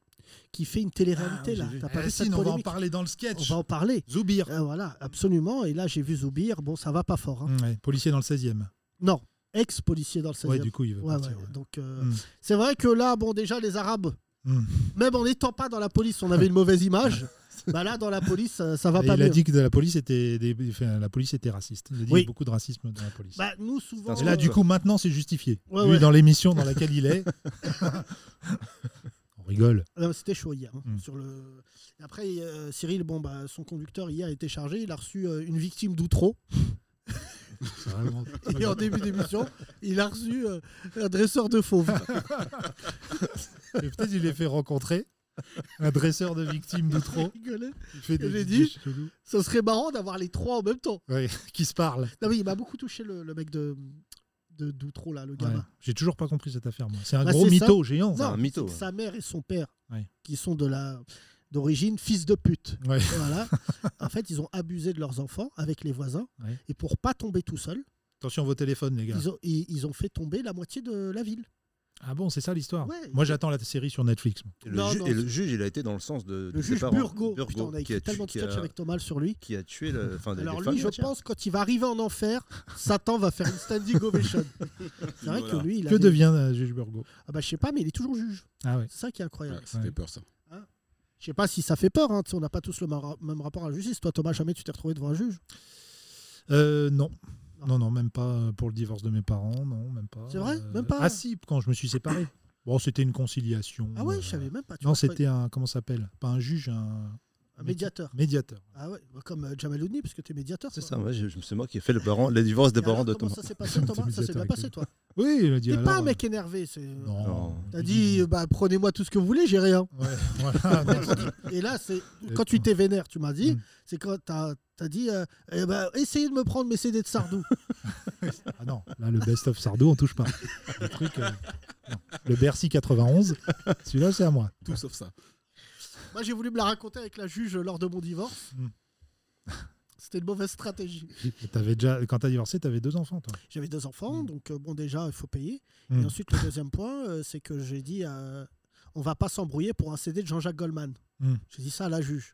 S5: qui fait une télé-réalité,
S4: Ah,
S5: là. T'as pas Ah, vu cette
S4: Racine, Eh, on va en
S5: polémique
S4: parler dans le
S5: On
S4: sketch.
S5: va en parler.
S4: Zoubir.
S5: Euh, voilà, absolument. Et là, j'ai vu Zoubir. Bon, ça va pas fort. hein.
S4: Mm, ouais, policier dans le 16e.
S5: Non, ex-policier dans le 16e.
S4: Mm. Ouais, du coup, il va
S5: Ouais,
S4: partir.
S5: ouais.
S4: ouais.
S5: Donc, euh,
S4: Hmm.
S5: c'est vrai que là, bon, déjà, les Arabes,
S4: Mm.
S5: même en n'étant pas dans la police, on avait une mauvaise
S4: (laughs)
S5: image. bah là, dans la police, euh, ça va
S4: Et
S5: pas
S4: il a
S5: mieux.
S4: dit que de la police était, des- enfin, la police était raciste. Il a dit qu'il y
S5: Oui.
S4: a beaucoup de racisme dans la police.
S5: Bah, nous, souvent.
S4: Et là,
S5: euh,
S4: du coup, maintenant, c'est justifié.
S5: Ouais,
S4: Lui,
S5: ouais.
S4: dans l'émission dans laquelle il est. (laughs) on rigole.
S5: Ah non, C'était chaud hier. hein,
S4: Mm.
S5: sur le... Après, euh, Cyril, bon, bah, son conducteur hier était chargé. Il a reçu euh, une victime
S4: (laughs)
S5: d'outreau.
S4: C'est vraiment-
S5: Et en début d'émission, il a reçu euh, un dresseur de
S4: (laughs)
S5: fauves.
S4: Et Peut-être il les fait rencontrer. Un dresseur de victimes d'outreau.
S5: Rigolez.
S4: Il fait des
S5: J'ai
S4: idées
S5: dit.
S4: cheloues.
S5: Ça serait marrant d'avoir les trois en même temps.
S4: Ouais, qui se parlent.
S5: Non, mais Ah il m'a beaucoup touché le, le mec de de- d'outreau, là, le
S4: Ouais.
S5: gamin.
S4: J'ai toujours pas compris cette affaire, moi. Ah, C'est un
S5: Bah,
S4: gros
S5: c'est ça.
S4: mytho géant.
S3: C'est
S5: Non,
S3: un mytho. hein.
S5: c'est que sa mère et son père,
S4: Ouais.
S5: qui sont de la d'origine fils de pute.
S4: Ouais.
S5: Voilà. en fait, ils ont abusé de leurs enfants avec les voisins.
S4: Ouais.
S5: Et pour pas tomber tout seul,
S4: Attention à vos téléphones, les gars.
S5: ils ont, ils, ils ont fait tomber la moitié de la ville.
S4: Ah bon, c'est ça l'histoire
S5: Ouais.
S4: Moi, j'attends la série sur Netflix. moi.
S3: Et le,
S5: Non,
S3: ju-
S5: non,
S3: et le juge, il a été dans le sens de, de
S5: Le
S3: ses
S5: juge
S3: parents.
S5: Burgo,
S3: Burgo,
S5: Putain, on a
S3: qui,
S5: écrit
S3: a tué,
S5: tellement de
S3: qui,
S5: sketchs
S3: a,
S5: avec Thomas sur lui.
S3: qui a tué le. Enfin, des-
S5: Alors
S3: des
S5: lui,
S3: femmes
S5: je
S3: entières.
S5: pense, quand il va arriver en enfer, Satan va faire une standing ovation. C'est vrai
S6: Voilà.
S5: que lui, il a
S4: Que
S5: des-
S4: devient euh, Juge Burgo
S5: Ah bah je sais pas, mais il est toujours juge.
S4: Ah ouais.
S5: C'est ça qui est
S6: Ouais,
S5: incroyable.
S6: ça
S4: Ouais.
S6: fait peur, ça.
S5: Je sais pas si ça fait peur, hein, tu sais, on n'a pas tous le ma- même rapport à la justice. Toi Thomas, jamais tu t'es retrouvé devant un juge.
S4: Euh, non.
S5: Non.
S4: Non, non, même pas pour le divorce de mes parents, non, même pas.
S5: C'est vrai
S4: Euh,
S5: Même pas
S4: Ah si, quand je me suis séparé. Bon, c'était une conciliation.
S5: Ah ouais,
S4: euh,
S5: je savais même pas. Tu
S4: Non,
S5: vois, je croyais-
S4: c'était un, comment ça s'appelle Pas un juge, un
S5: Un médiateur.
S4: médiateur.
S5: Ah ouais, bah comme euh, Jamal Oudni, parce que t'es médiateur.
S3: C'est
S5: toi.
S3: ça, ouais, je- je- c'est moi qui ai
S5: (laughs)
S3: fait le, parent, le divorce des
S5: Et alors,
S3: parents de
S5: comment
S4: (laughs)
S3: Thomas.
S5: Ça s'est passé, Thomas Ça s'est bien
S4: Médiateur,
S5: passé,
S4: écoute.
S5: toi.
S4: Oui, il a dit.
S5: T'es
S4: alors,
S5: pas un
S4: euh,
S5: mec énervé. c'est-
S4: Non.
S3: Non.
S5: T'as dit, euh, bah, prenez-moi tout ce que vous voulez, j'ai
S4: (laughs)
S5: rien.
S4: Ouais, voilà. non,
S5: Et là, c'est quand tu t'es vénère, tu m'as dit,
S4: Mm.
S5: c'est quand t'as as dit, euh, eh ben, essayez de me prendre mes CD de
S4: (laughs)
S5: Sardou.
S4: Ah non, là, le best-of Sardou, on touche pas. Le truc. euh, non. Le Bercy 91, celui-là, c'est à moi.
S6: Tout sauf ça.
S5: Moi, j'ai voulu me la raconter avec la juge lors de mon divorce.
S4: Mm.
S5: C'était une mauvaise stratégie.
S4: Et T'avais déjà, quand t'as divorcé, t'avais deux enfants, toi.
S5: J'avais deux enfants,
S4: Mm.
S5: donc euh, bon, déjà, il faut payer.
S4: Mm.
S5: Et ensuite, le deuxième point, euh, c'est que j'ai dit, euh, on va pas s'embrouiller pour un CD de Jean-Jacques Goldman.
S4: Mm.
S5: J'ai dit ça à la
S4: (laughs)
S5: juge.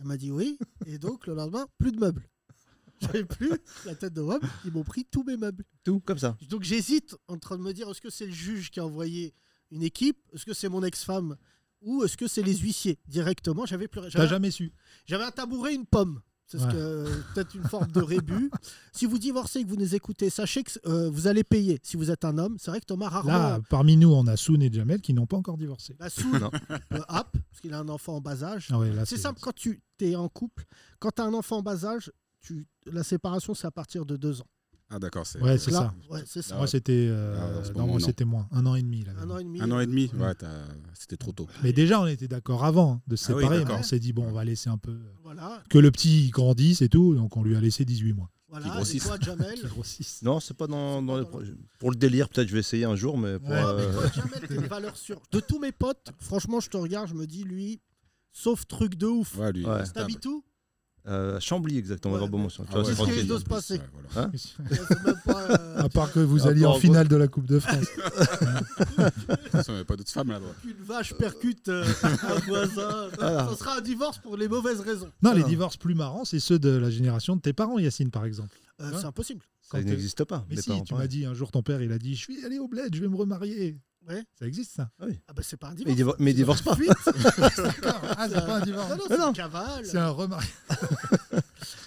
S5: Elle m'a dit oui, et donc le lendemain, plus de meubles. (laughs) J'avais plus la tête de homme, ils m'ont pris tous mes meubles.
S3: Tout comme ça.
S5: Donc j'hésite en train de me dire, est-ce que c'est le juge qui a envoyé une équipe, est-ce que c'est mon ex-femme, ou est-ce que c'est les huissiers directement J'avais plus rien.
S4: T'as
S5: J'avais-
S4: jamais su.
S5: j'avais un tabouret, une pomme. C'est ce
S4: Ouais.
S5: que euh, peut-être une forme de
S4: (laughs)
S5: rébut. si vous divorcez et que vous nous écoutez, sachez que euh, vous allez payer si vous êtes un homme. C'est vrai que Thomas rarement.
S4: Là, parmi nous, on a Soun et Jamel qui n'ont pas encore divorcé.
S5: La soude,
S3: Non.
S5: euh, hop, parce qu'il a un enfant en bas âge.
S4: Ah ouais, là,
S5: c'est simple, quand tu es en couple, quand tu as un enfant en bas âge, tu, la séparation, c'est à partir de deux ans.
S6: Ah, d'accord. c'est
S4: Ouais, c'est
S5: Là,
S4: ça.
S5: ouais, c'est ça.
S6: Ah
S4: Moi, c'était. euh,
S6: Ah, en ce
S4: non,
S6: moment,
S4: moi,
S6: non.
S4: c'était moins. Un an et demi. là.
S5: Un an et demi.
S6: Un an
S5: euh,
S6: et demi Ouais, t'as- c'était trop tôt.
S4: Mais déjà, on était d'accord avant hein, de se
S6: Ah oui,
S4: séparer. mais
S6: d'accord.
S4: on s'est dit, bon, on va laisser un peu. euh,
S5: Voilà.
S4: Que le petit grandisse et tout. Donc, on lui a laissé 18 mois.
S6: (laughs) Qui
S5: voilà. Et
S6: grossissent.
S5: toi, Jamel,
S4: Qu'il grossisse.
S3: Non, c'est pas dans, dans les pro- Pour le délire, peut-être je vais essayer un jour, mais pour.
S4: Ouais.
S5: Non, mais
S3: euh,
S5: toi, Jamel, t'es une valeur sûre. De tous mes potes, franchement, je te regarde, je me dis, lui, sauf truc de ouf.
S6: Ouais, lui.
S3: Ouais.
S6: stable.
S5: T'habites où
S3: euh, à Chambly exactement,
S5: Ouais,
S3: vers Beaumont-sur-
S6: Ah
S3: tu vois,
S6: ouais,
S3: c'est
S5: Qu'est-ce qu'il
S6: tranquille.
S3: tranquille.
S5: ose passer
S6: Ouais, voilà.
S5: C'est même pas, euh,
S4: À part que vous alliez
S3: Rapport
S4: en
S3: au-
S4: finale de la Coupe de France.
S6: Ça, mais pas d'autres femmes là-bas.
S5: Une vache percute euh, un voisin. Ça sera un divorce pour les mauvaises raisons.
S4: Non, les
S3: Ah.
S4: divorces plus marrants, c'est ceux de la génération de tes parents, Yacine, par exemple.
S5: Euh,
S4: Hein
S5: c'est impossible.
S4: Quand
S3: Ça
S4: t'es-
S3: n'existe pas.
S4: Mais
S3: les
S4: si,
S3: parents,
S4: tu
S3: pareil.
S4: m'as dit un jour, ton père, il a dit Je suis allé au bled, je vais me remarier.
S5: Ouais.
S4: Ça existe, ça
S5: Ah bah c'est pas un divorce.
S3: Mais ils divo- mais ils
S5: (laughs)
S3: divorcent pas.
S5: Fuite,
S4: Ah, c'est
S5: c'est
S4: pas un
S5: non,
S4: divorce.
S5: non, c'est une cavale.
S4: C'est un remariage.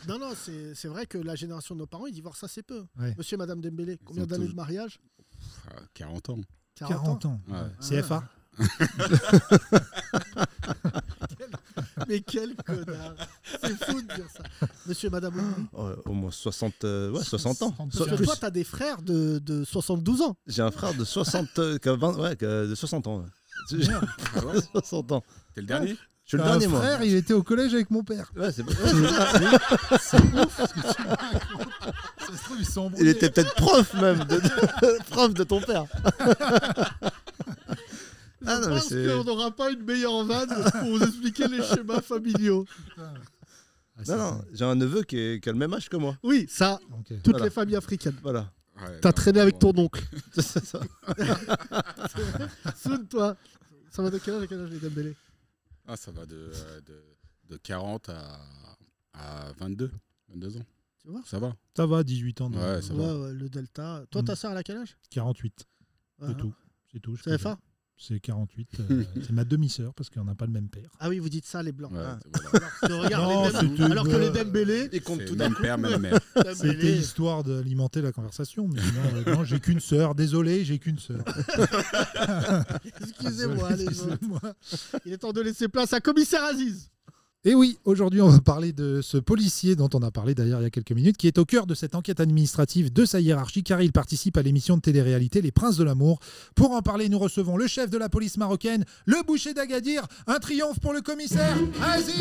S5: Non, non, c'est c'est vrai que la génération de nos parents, ils divorcent assez peu.
S4: Ouais.
S5: Monsieur et Madame Dembélé, combien
S6: ont
S5: d'années
S6: tous-
S5: de mariage
S6: Pff, ah, 40 ans.
S5: 40,
S4: 40 ans.
S6: Ouais.
S4: CFA
S5: ans. Mais quel connard C'est fou de dire ça. Monsieur et Madame Oubli.
S3: Euh, au moins 60, euh, ouais, 60 ans.
S4: 60,
S3: So-
S5: Parce que
S3: plus.
S5: toi, t'as des frères de, de 72
S3: (laughs)
S5: ans.
S3: J'ai un frère de 60, euh, qui a 20 ouais, qui a- de 60 ans. ouais. (laughs)
S6: Ah bon
S3: 60 ans.
S6: T'es le dernier
S3: Je suis le
S4: T'as
S3: dernier,
S4: un
S3: moi.
S4: frère, il était au collège avec mon père.
S3: Ouais, c'est-
S4: Ça se trouve, ils sont
S3: il était peut-être prof même, de... prof de ton père.
S5: Je
S3: Ah non, mais
S5: pense
S3: c'est-
S5: qu'on n'aura pas une meilleure vanne pour vous expliquer les schémas familiaux.
S3: Non, non, j'ai un neveu qui, est- qui a le même âge que moi.
S5: Oui, ça, toutes
S3: Voilà.
S5: les familles africaines.
S3: Voilà.
S6: Ouais,
S5: T'as
S6: non,
S5: traîné avec ton
S4: (laughs)
S5: oncle. (laughs)
S3: C'est ça.
S5: Soude-toi. Ça va de quel âge à quel âge les Dembélé
S6: Ah, ça va de, euh, de, de 40 à, à 22, 22 ans.
S5: Tu vois
S6: Ça va.
S4: Ça va, 18 ans. donc,
S6: Ouais, ça
S5: ouais,
S6: va.
S5: ouais, le Delta. Toi, ta
S4: Mm.
S5: soeur, elle a quel âge
S4: 48,
S5: Ouais,
S4: c'est tout. C'est tout. je
S5: hein. CFA
S4: C'est 48. euh, c'est ma demi-sœur parce qu'on n'a pas le même père.
S5: Ah oui, vous dites ça, les Blancs.
S6: Ouais,
S3: Ah.
S6: c'est- voilà.
S5: Ne regarde
S4: Non,
S5: les Dem-
S4: c'était
S5: Alors que
S4: une-
S5: les Dembélé,
S3: Il compte
S6: C'est
S3: tout d'un
S6: même
S3: coup.
S6: père, même mère.
S5: (laughs)
S4: (laughs) C'était
S5: Dembélé
S4: histoire d'alimenter la conversation. Mais sinon, euh, non, j'ai qu'une sœur. Désolé, j'ai qu'une sœur. (laughs)
S5: excusez-moi, les gens.
S4: Excusez-moi.
S5: Il est temps de laisser place à Commissaire Aziz.
S4: Et oui, aujourd'hui, on va parler de ce policier dont on a parlé d'ailleurs il y a quelques minutes, qui est au cœur de cette enquête administrative de sa hiérarchie, car il participe à l'émission de télé-réalité Les Princes de l'amour. Pour en parler, nous recevons le chef de la police marocaine, le boucher d'Agadir. Un triomphe pour le commissaire Aziz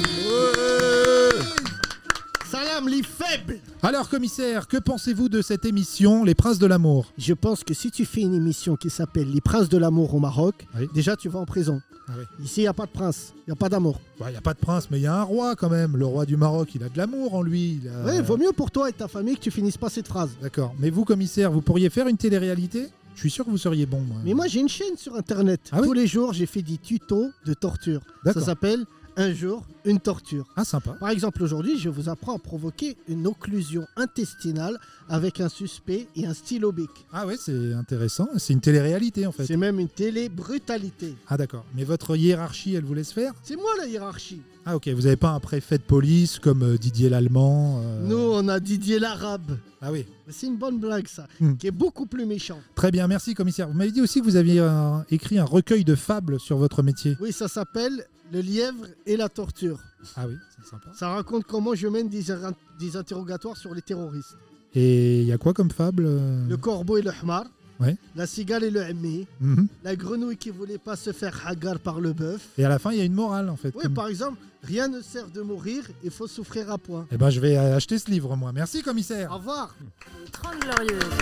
S5: Salam, les faibles
S4: Alors, commissaire, que pensez-vous de cette émission Les Princes de l'amour
S5: Je pense que si tu fais une émission qui s'appelle Les Princes de l'amour au Maroc,
S4: Oui.
S5: déjà tu vas en prison.
S4: Ah oui.
S5: Ici, il n'y a pas de prince, il n'y a pas d'amour.
S4: Il n'y a pas de prince, mais il y a un roi quand même. Le roi du Maroc, il a de l'amour en lui. il a-
S5: Ouais, vaut mieux pour toi et ta famille que tu finisses pas cette phrase.
S4: D'accord. Mais vous, commissaire, vous pourriez faire une télé-réalité Je suis sûr que vous seriez bon. moi.
S5: Mais moi, j'ai une chaîne sur internet.
S4: Ah oui
S5: Tous les jours, j'ai fait des tutos de torture. Ça
S4: D'accord.
S5: s'appelle Un jour, une torture.
S4: Ah, sympa.
S5: Par exemple, aujourd'hui, je vous apprends à provoquer une occlusion intestinale avec un suspect et un stylo bic.
S4: Ah ouais, c'est intéressant. C'est une télé-réalité en fait.
S5: C'est même une télé-brutalité.
S4: Ah d'accord. Mais votre hiérarchie, elle vous laisse faire
S5: C'est moi la hiérarchie.
S4: Ah ok, vous n'avez pas un préfet de police comme euh, Didier l'Allemand euh,
S5: Nous, on a Didier l'arabe.
S4: Ah oui.
S5: C'est une bonne blague, ça,
S4: Hmm.
S5: qui est beaucoup plus méchant.
S4: Très bien, merci commissaire. Vous m'avez dit aussi que vous aviez euh, écrit un recueil de fables sur
S5: (laughs)
S4: votre métier.
S5: Oui, ça s'appelle Le lièvre et la torture.
S4: Ah oui, c'est sympa.
S5: Ça raconte comment je mène des, ar- des interrogatoires sur les terroristes.
S4: Hmm. Et il y a quoi comme fable euh
S5: Le corbeau et le hmar,
S4: Ouais.
S5: la cigale et le hmmi,
S4: Mhm.
S5: la grenouille qui voulait pas se faire hagar par le bœuf.
S4: Et à la fin, il y a une morale en fait.
S5: Oui,
S4: comme-
S5: par exemple, rien ne sert de mourir, il faut souffrir à point.
S4: Eh ben je vais euh, acheter ce livre moi. Merci commissaire.
S5: Au revoir.
S2: Les 30 Glorieuses.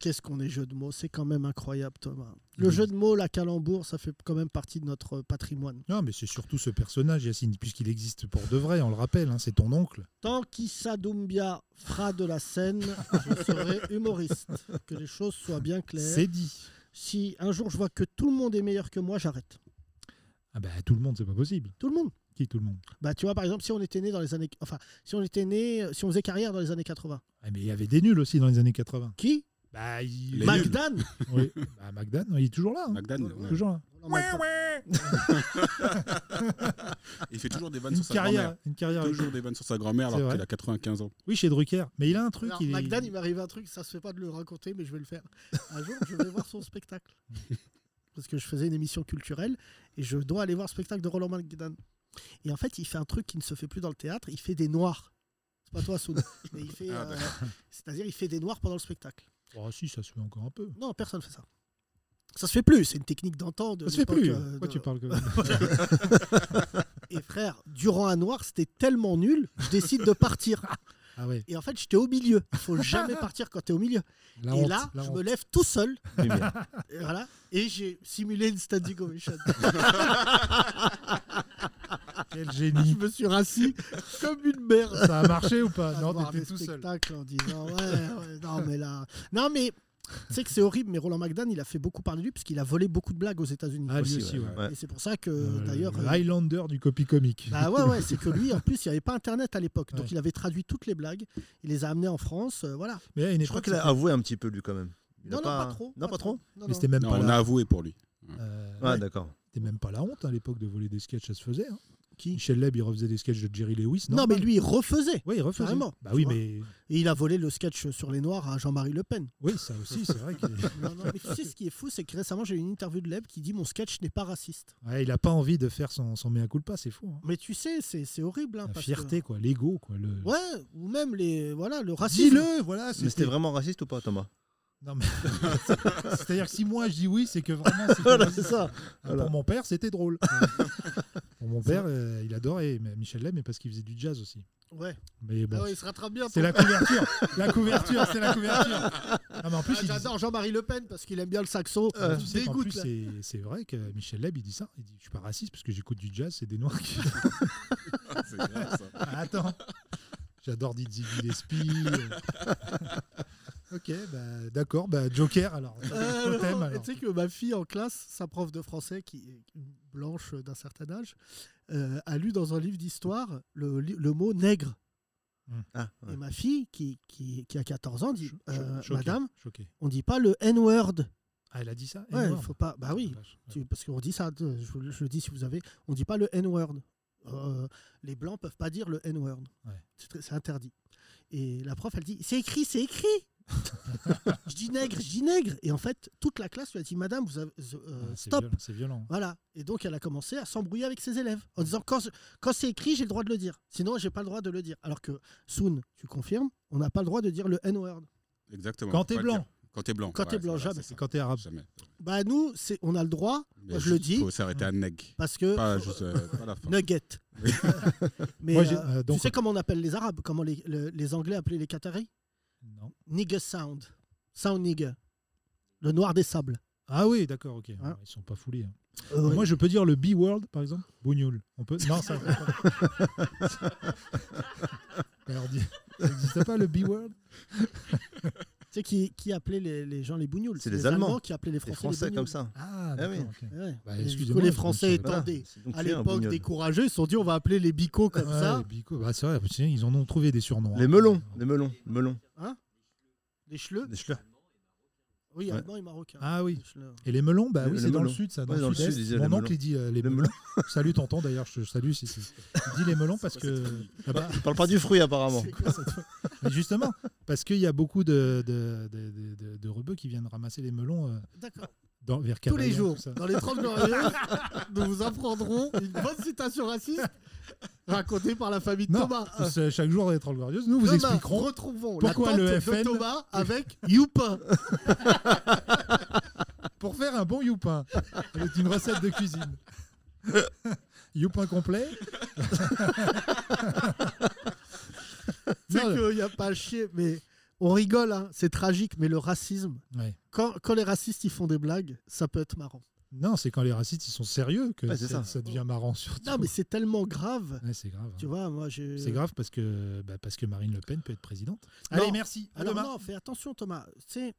S5: Qu'est-ce qu'on est jeu de mots, c'est quand même incroyable, Thomas. Le jeu de mots, la calembour, ça fait quand même partie de notre patrimoine.
S4: Non mais c'est surtout ce personnage Yacine puisqu'il existe pour de vrai, on le rappelle, hein, c'est ton oncle.
S5: Tant qu'Issa Doumbia fera de la scène, je serai
S6: (laughs)
S5: humoriste. Que les choses soient bien claires.
S4: C'est dit.
S5: Si un jour je vois que tout le monde est meilleur que moi, j'arrête.
S4: Ah ben tout le monde, c'est pas possible.
S5: Tout le monde.
S4: Qui tout le monde
S5: Bah tu vois par exemple si on était né dans les années enfin si on était né si on faisait carrière dans les années 80.
S4: Ah, mais il y avait des nuls aussi dans les années 80.
S5: Qui
S4: Bah, il...
S6: Les nuls.
S5: Magdan.
S4: Oui. Bah, Magdan, il est toujours là. hein.
S6: Magdan, ouais.
S4: Toujours là.
S5: On l'emmène pas.
S6: Il fait toujours des vannes
S4: Une
S6: sur sa grand-mère.
S4: carrière, une carrière.
S6: Toujours des vannes sur sa grand-mère
S4: C'est
S6: alors
S4: vrai.
S6: qu'il a 95 ans.
S4: Oui, chez Drucker. Mais il a un truc.
S5: Alors,
S4: il est-
S5: Magdan, il m'arrive un truc, ça se fait pas de le raconter, mais je vais le faire. Un jour, je vais voir son
S4: (laughs)
S5: spectacle. Parce que je faisais une émission culturelle et je dois aller voir le spectacle de Roland Magdan. Et en fait, il fait un truc qui ne se fait plus dans le théâtre, il fait des noirs. C'est pas toi, Soud.
S4: (laughs)
S5: Mais il fait.
S6: Ah,
S5: euh, C'est-à-dire, il fait des noirs pendant le spectacle.
S4: Oh, si, ça se fait encore un peu.
S5: Non, personne fait ça. Ça se fait plus, c'est une technique d'antan. de
S4: Ça se fait
S5: l'époque,
S4: plus.
S5: euh,
S4: Pourquoi
S5: de-
S4: tu
S5: (laughs)
S4: parles comme ça
S5: Et frère, durant un noir, c'était tellement nul, je décide de
S4: (laughs)
S5: partir.
S4: Ah ouais.
S5: Et en fait, j'étais au milieu. Il faut
S4: (laughs)
S5: jamais partir quand t'es au milieu.
S4: La
S5: et
S4: honte,
S5: là,
S4: la
S5: je
S4: honte.
S5: me lève tout seul.
S3: Oui, mais-
S5: Et
S4: (laughs)
S5: voilà. Et j'ai simulé une standing ovation.
S4: Quel
S5: (laughs)
S4: génie.
S5: Je me suis rassis comme une merde.
S4: Ça a marché ou pas
S5: à
S4: Ah Non,
S5: voir
S4: t'étais
S5: le
S4: tout seul.
S5: spectacle en disant ouais, ouais, non mais là non mais tu sais que c'est horrible mais Roland McDan il a fait beaucoup parler de lui parce qu'il a volé beaucoup de blagues aux États-Unis
S4: Ah, lui
S3: Aussi,
S4: aussi, ouais.
S3: ouais.
S5: et c'est pour ça que
S4: Euh,
S5: d'ailleurs euh,
S4: Highlander du copy comique.
S5: bah ouais ouais c'est que lui en plus il n'y avait pas internet à l'époque
S4: Ouais.
S5: donc il avait traduit toutes les blagues il les a amenées en France euh, voilà
S4: (laughs) Mais à une
S3: Je crois
S4: époque,
S3: qu'il a avoué un petit peu, lui, quand même. Il
S5: non
S3: a
S5: non pas trop
S3: Non, pas trop
S5: non,
S4: mais
S5: non.
S4: c'était même
S6: Non,
S4: pas
S6: on a
S4: la...
S6: avoué pour lui.
S4: euh,
S3: Ah,
S4: ouais,
S3: d'accord.
S4: c'était même pas la honte hein, à l'époque de voler des sketchs, ça se faisait. hein.
S5: Qui
S4: Michel Leb, il refaisait des sketchs de Jerry Lewis.
S5: non mais
S4: normal.
S5: lui il refaisait
S4: Oui, il refaisait.
S5: Carrément,
S4: Bah
S5: tu
S4: oui,
S5: vois.
S4: mais
S5: et il a volé le sketch sur les Noirs à Jean-Marie Le Pen
S4: oui, ça aussi, c'est vrai qu'il
S5: non, non, mais tu sais ce qui est fou c'est que récemment j'ai eu une interview de Leb qui dit mon sketch n'est pas raciste
S4: ouais, il a pas envie de faire son, son mea culpa, c'est fou. hein.
S5: mais tu sais c'est c'est horrible hein,
S4: La
S5: parce que-
S4: fierté, quoi, l'ego, quoi. Le...
S5: Ouais, ou même les voilà le racisme.
S4: Dis-le, voilà.
S5: (laughs)
S3: Mais c'était vraiment raciste ou pas, Thomas
S4: Non, mais- (laughs) C'est-à-dire que si moi je dis oui, c'est
S5: (laughs)
S4: que vraiment. c'était
S3: Voilà,
S4: raciste.
S3: c'est ça.
S4: Ah,
S3: Voilà.
S4: Pour mon père, c'était drôle. Ouais. pour mon père, euh, il adorait mais Michel Leb, mais parce qu'il faisait du jazz aussi.
S5: Ouais.
S4: Mais bon,
S5: Ah ouais, il se rattrape bien.
S4: c'est la couverture. la couverture, c'est la couverture. Ah, mais en plus,
S5: Ah,
S4: il disait-
S5: J'adore Jean-Marie Le Pen parce qu'il aime bien le saxo.
S4: Euh,
S5: Tu
S4: tu sais qu'en
S5: dégoûtes,
S4: plus,
S5: là.
S4: c'est- c'est vrai que Michel Leb, il dit ça. Il dit Je suis pas raciste parce que j'écoute du jazz, c'est des noirs qui.
S5: (laughs)
S6: C'est grave, ça.
S4: Ah, attends J'adore Dizzy Gillespie. euh. ok, bah, d'accord. Bah, Joker, alors.
S5: Euh, (laughs)
S4: Totem,
S5: non,
S4: alors.
S5: Tu sais que ma fille en classe, sa prof de français qui est une blanche d'un certain âge, euh, a lu dans un livre d'histoire le, li- le mot nègre.
S3: Ah, ouais.
S5: Et ma fille qui, qui, qui a 14 ans dit
S4: Hum. Cho-
S5: euh,
S4: choqué,
S5: Madame,
S4: choqué.
S5: on dit pas le N-word.
S4: Ah, elle Ah, a dit ça
S5: Ouais,
S4: Énorme.
S5: faut pas. Bah oui, Tu- Parce qu'on dit ça, de- je, vous le- je le dis si vous avez, on dit pas le N-word. Euh, les blancs peuvent pas dire le N-word.
S4: Ouais.
S5: C'est très- C'est interdit. Et la prof, elle dit C'est écrit, c'est
S4: (laughs)
S5: écrit Je dis nègre, je dis nègre Et en fait, toute la classe lui a dit Madame, vous avez, euh,
S4: Ah, c'est
S5: stop
S4: violent, C'est violent.
S5: Voilà. Et donc, elle a commencé à s'embrouiller avec ses élèves en disant Quand, quand c'est écrit, j'ai le droit de le dire. Sinon, j'ai pas le droit de le dire. Alors que, Soon, tu confirmes, on n'a pas le droit de dire le N-word.
S6: Exactement.
S4: Quand
S6: faut
S4: t'es
S6: pas le
S4: blanc.
S6: dire. Quand t'es blanc.
S5: Quand t'es blanc,
S6: voilà,
S5: jamais.
S6: c'est
S4: C'est
S6: ça.
S4: quand t'es arabe.
S6: Jamais.
S5: Bah, nous, c'est- on a le droit,
S6: Mais
S5: Moi, je le
S6: juste,
S5: dis.
S6: faut s'arrêter à neg.
S5: parce que.
S6: Pas juste euh, pas la fin.
S5: Nugget. Mais
S4: Moi, j'ai-
S5: euh,
S4: euh, donc-
S5: tu sais comment on appelle les Arabes, comment les, le- les Anglais appelaient les Qataris
S4: Non.
S5: Nigger sound. Sound nigger. Le noir des sables.
S4: Ah oui, d'accord, ok.
S5: Hein
S4: Ils sont pas foulés. hein.
S5: Euh,
S4: Moi, je peux dire le B-word, par exemple Bougnoul. On peut Non, ça. Alors, dis- ça n'existe pas le B-word
S5: Tu sais qui, qui appelait les, les gens les bougnoules
S3: C'est les Allemands.
S5: qui appelaient les Français.
S3: Les Français
S5: les
S3: comme
S5: bougnoles.
S3: ça.
S4: Ah,
S3: Ah
S4: d'accord.
S3: oui.
S4: ok.
S5: Ouais.
S4: Bah,
S5: Et du coup,
S4: excusez-moi,
S5: les
S4: je
S5: Français
S4: ne savais pas.
S5: étendaient.
S3: Donc,
S5: À
S3: tu es un
S5: l'époque,
S3: bougnoul.
S5: découragés, ils se sont dit on va appeler les bicots comme
S4: Ouais,
S5: ça.
S4: les bicots. Bah, c'est vrai, putain, ils en ont trouvé des surnoms.
S3: Les
S4: hein.
S3: melons, les melons, melons.
S5: Les cheleux.
S3: Les cheleux.
S5: Oui,
S3: Ouais.
S5: allemands et marocains.
S4: Ah oui.
S5: Les cheleux.
S4: Et les melons, bah
S3: Le-
S4: oui,
S3: le
S4: c'est dans le
S3: melon.
S4: sud, ça. Dans
S3: Ouais,
S4: le
S3: dans le
S4: sud-est.
S3: sud, ils disaient
S4: Mon
S3: les
S4: oncle,
S3: melons.
S4: il dit euh, les
S3: Les
S4: melons. (laughs) Salut, tonton, d'ailleurs, je je salue. si- si. Il dit les melons parce que. là-bas-
S3: On parle pas du fruit apparemment.
S5: C'est quoi ça
S4: Mais justement, parce qu'il y a beaucoup de, de, de, de- de- de rebeux qui viennent ramasser les melons euh,
S5: D'accord.
S4: dans, vers
S5: Tous
S4: Cavaillon,
S5: les jours,
S4: tout ça.
S5: dans les 30
S4: (laughs)
S5: glorieuses, nous vous apprendrons une bonne citation raciste racontée par la famille de
S4: Non,
S5: Thomas.
S4: Parce que euh, chaque jour des Trolls Glorieuses, nous vous
S5: Thomas,
S4: expliquerons.
S5: retrouvons
S4: pourquoi
S5: la tante
S4: le
S5: de
S4: FN (laughs)
S5: Thomas avec Youpin.
S4: Pour faire un bon
S5: (laughs)
S4: youpin, c'est une recette de cuisine. (laughs) youpin complet.
S5: (laughs) C'est
S4: Non,
S5: qu'il n'y a pas à chier, mais on rigole, hein, c'est tragique, mais le racisme,
S4: ouais.
S5: quand, quand les racistes ils font des blagues, ça peut être marrant.
S4: Non, c'est quand les racistes ils sont sérieux que
S3: Ouais, c'est
S4: ça,
S3: ça.
S4: ça devient marrant surtout.
S5: Non, mais c'est tellement grave.
S4: Ouais, c'est grave. hein.
S5: Tu vois, moi, je.
S4: C'est grave parce que, bah, parce que Marine Le Pen peut être présidente.
S5: Non.
S4: Allez, merci. À
S5: Alors
S4: demain.
S5: non, fais attention Thomas. Tu sais,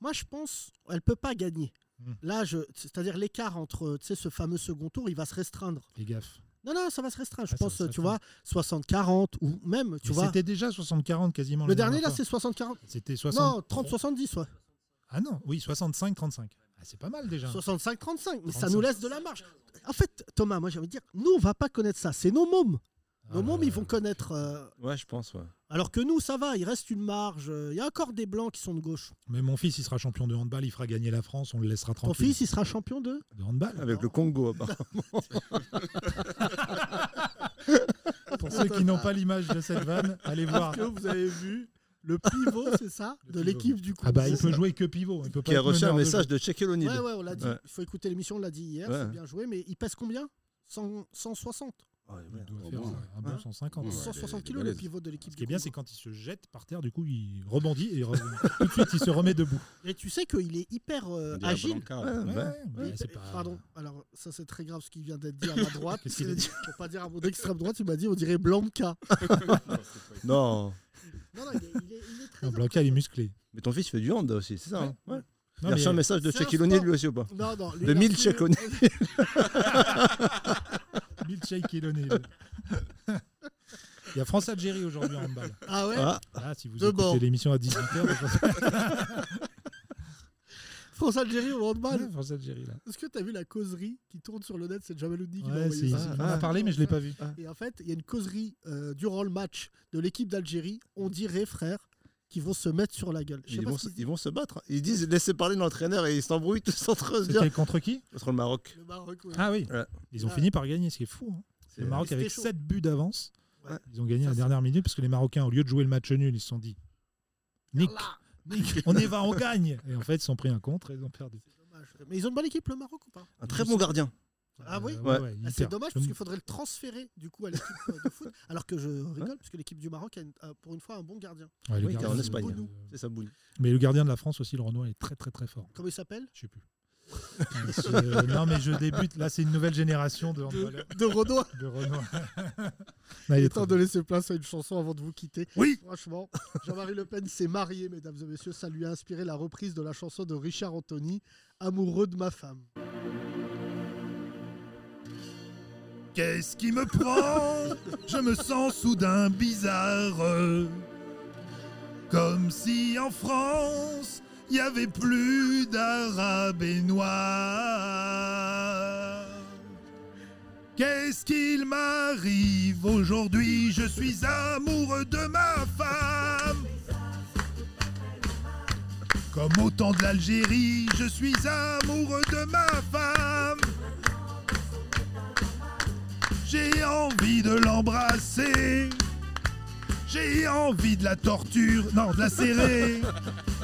S5: moi je pense elle peut pas gagner.
S4: Hmm.
S5: Là, je, c'est-à-dire l'écart entre tu sais, ce fameux second tour, il va se restreindre.
S4: Fais gaffe.
S5: Non, non, ça va se restreindre. Je
S4: Ah, ça va
S5: pense,
S4: se
S5: tu vois, 60-40 ou même, tu
S4: Mais
S5: vois.
S4: C'était déjà 60-40 quasiment.
S5: Le
S4: la
S5: dernier là,
S4: dernière
S5: c'est
S4: fois.
S5: 60-40.
S4: C'était 60.
S5: Non, 30-70, ouais.
S4: Ah non, oui, 65-35. Ah, c'est pas mal déjà.
S5: 65-35, mais ça
S4: 35.
S5: nous laisse de la marge. En fait, Thomas, moi j'ai envie de dire, nous on va pas connaître ça, c'est nos mômes. Nos
S4: Ah,
S5: mômes, ils
S4: euh,
S5: vont connaître. euh,
S3: Ouais, je pense. Ouais.
S5: alors que nous, ça va, il reste une marge. euh, Il y a encore des blancs qui sont de gauche.
S4: Mais mon fils, il sera champion de handball, il fera gagner la France, on le laissera
S5: Ton
S4: tranquille.
S5: fils, il sera champion de.
S4: De handball
S3: Avec le Congo apparemment.
S4: (laughs) Pour ceux qui n'ont pas l'image de cette vanne, allez voir.
S5: vous avez vu le pivot, c'est ça (laughs) De
S4: Le pivot.
S5: l'équipe du coup.
S4: Ah bah, il
S5: C'est ça.
S4: peut jouer que pivot. Il peut pas
S3: Qui a
S4: être
S3: reçu un
S4: meneur de jeu.
S3: message de Chekel O'Neal.
S5: Ouais, ouais, on l'a dit.
S3: Ouais.
S5: Il faut écouter l'émission, on l'a dit hier,
S3: Ouais.
S5: c'est bien joué, mais il pèse combien 100 160.
S3: Ouais,
S4: Il
S3: merde.
S4: doit
S6: Au
S4: faire
S6: moins.
S4: un bon
S3: Hein
S4: 150.
S6: Ouais, ouais.
S5: 160
S6: il est
S5: kg le
S6: balèze.
S5: pivot de l'équipe.
S4: Ce qui
S5: du
S4: est bien,
S5: Congo.
S4: c'est quand il se jette par terre, du coup, il rebondit et il re- (laughs) tout de suite, il se remet debout.
S5: Et tu sais qu'il est hyper euh,
S6: On dirait
S5: agile.
S6: Blanca,
S3: Ouais,
S6: ouais.
S3: ouais.
S4: bah,
S5: Il est-
S4: c'est pas-
S5: Pardon, alors ça c'est très grave ce qu'il vient d'être dit à ma droite.
S4: (laughs) Qu'est-ce qu'il a dit
S5: Pour pas dire à mon extrême droite, il m'a dit on dirait Blanca.
S3: Non.
S5: Non, non, il est, il est- il est très.
S4: Non, Blanca, il est musclé.
S3: Mais ton fils fait du hand aussi, c'est ça hein Ouais. Il
S4: Non,
S3: a
S4: mais-
S3: reçu un message de
S5: c'est un
S3: Shaquille O'Neal
S5: sport.
S3: lui aussi ou pas
S5: Non, non, lui,
S3: De
S5: il a
S3: mille
S5: reçu-
S3: Chaconi.
S4: Milkshake et O'Neal.
S5: (laughs)
S4: Il y a France-Algérie aujourd'hui en handball.
S5: (laughs) Ah ouais
S3: Ah,
S4: Ah, si vous
S5: De
S4: écoutez
S5: bord.
S4: l'émission à 18h,
S5: France-Algérie au handball.
S4: France-Algérie là.
S5: Est-ce que t'as vu la causerie qui tourne sur le net C'est Jamal Oudni qui l'a
S4: Ouais, c'est- Ah,
S5: envoyé Ah,
S4: il
S5: ça.
S4: en a parlé, mais je l'ai pas vu.
S5: Et en fait, il y a une causerie euh, durant le match de l'équipe d'Algérie. On dirait, frère, qu'ils vont se mettre sur la gueule. Je sais
S3: ils
S5: pas
S3: vont,
S5: ce
S3: se,
S5: qu'ils-
S3: ils vont se battre. Ils disent laissez parler l'entraîneur et ils s'embrouillent tous (laughs) entre eux. se dire-
S4: C'était contre qui
S3: Contre le Maroc.
S5: Le Maroc, ouais.
S4: Ah oui.
S3: Ouais.
S4: Ils ont
S5: Ah.
S4: fini par gagner, ce qui est fou. hein.
S3: C'est-
S4: Le Maroc
S5: C'était
S4: avec
S5: chaud.
S4: 7 buts d'avance.
S5: Ouais.
S4: Ils ont gagné
S5: Ça,
S4: à la
S5: c'est-
S4: dernière minute parce que les Marocains, au lieu de jouer le match nul, ils se sont dit Nick, Nick, on y va,
S5: (laughs)
S4: on gagne. Et en fait, ils se sont pris un contre et ils ont perdu.
S5: Dommage. Mais ils ont une bonne équipe, le Maroc, ou pas
S3: Un très bon gardien.
S5: Ah
S4: Euh,
S5: oui
S3: Ouais.
S5: Ah, C'est
S4: hyper.
S5: dommage
S4: Le-
S5: parce qu'il faudrait le transférer du coup à l'équipe euh, de foot. Alors que je rigole parce que l'équipe du Maroc a une- a pour une fois un bon gardien.
S4: Ouais, le
S3: Oui, car
S4: gardien
S3: en
S4: de-
S3: Espagne.
S4: de-
S3: C'est ça, Bouni.
S4: Mais le gardien de la France aussi, le Renoir, est très très très fort.
S5: Comment il
S4: (laughs)
S5: s'appelle
S4: Je
S5: (laughs)
S4: sais plus. Euh, ce- euh, non, mais je débute. Là, c'est une nouvelle génération de handballeurs.
S5: De Renaud.
S4: De Renoir. Non, Ah, il est
S5: Il est temps
S4: très
S5: de laisser place à une chanson avant de vous quitter.
S3: Oui.
S5: Franchement, Jean-Marie Le Pen s'est marié, mesdames et messieurs. Ça lui a inspiré la reprise de la chanson de Richard Anthony, Amoureux de ma femme.
S4: Qu'est-ce qui me prend Je me sens soudain bizarre. Comme si en France, il n'y avait plus d'Arabes et Noirs. Qu'est-ce qu'il m'arrive aujourd'hui Je suis amoureux de ma femme. Comme au temps de l'Algérie, je suis amoureux de ma femme. J'ai envie de l'embrasser. J'ai envie de la torture, non, de la serrer.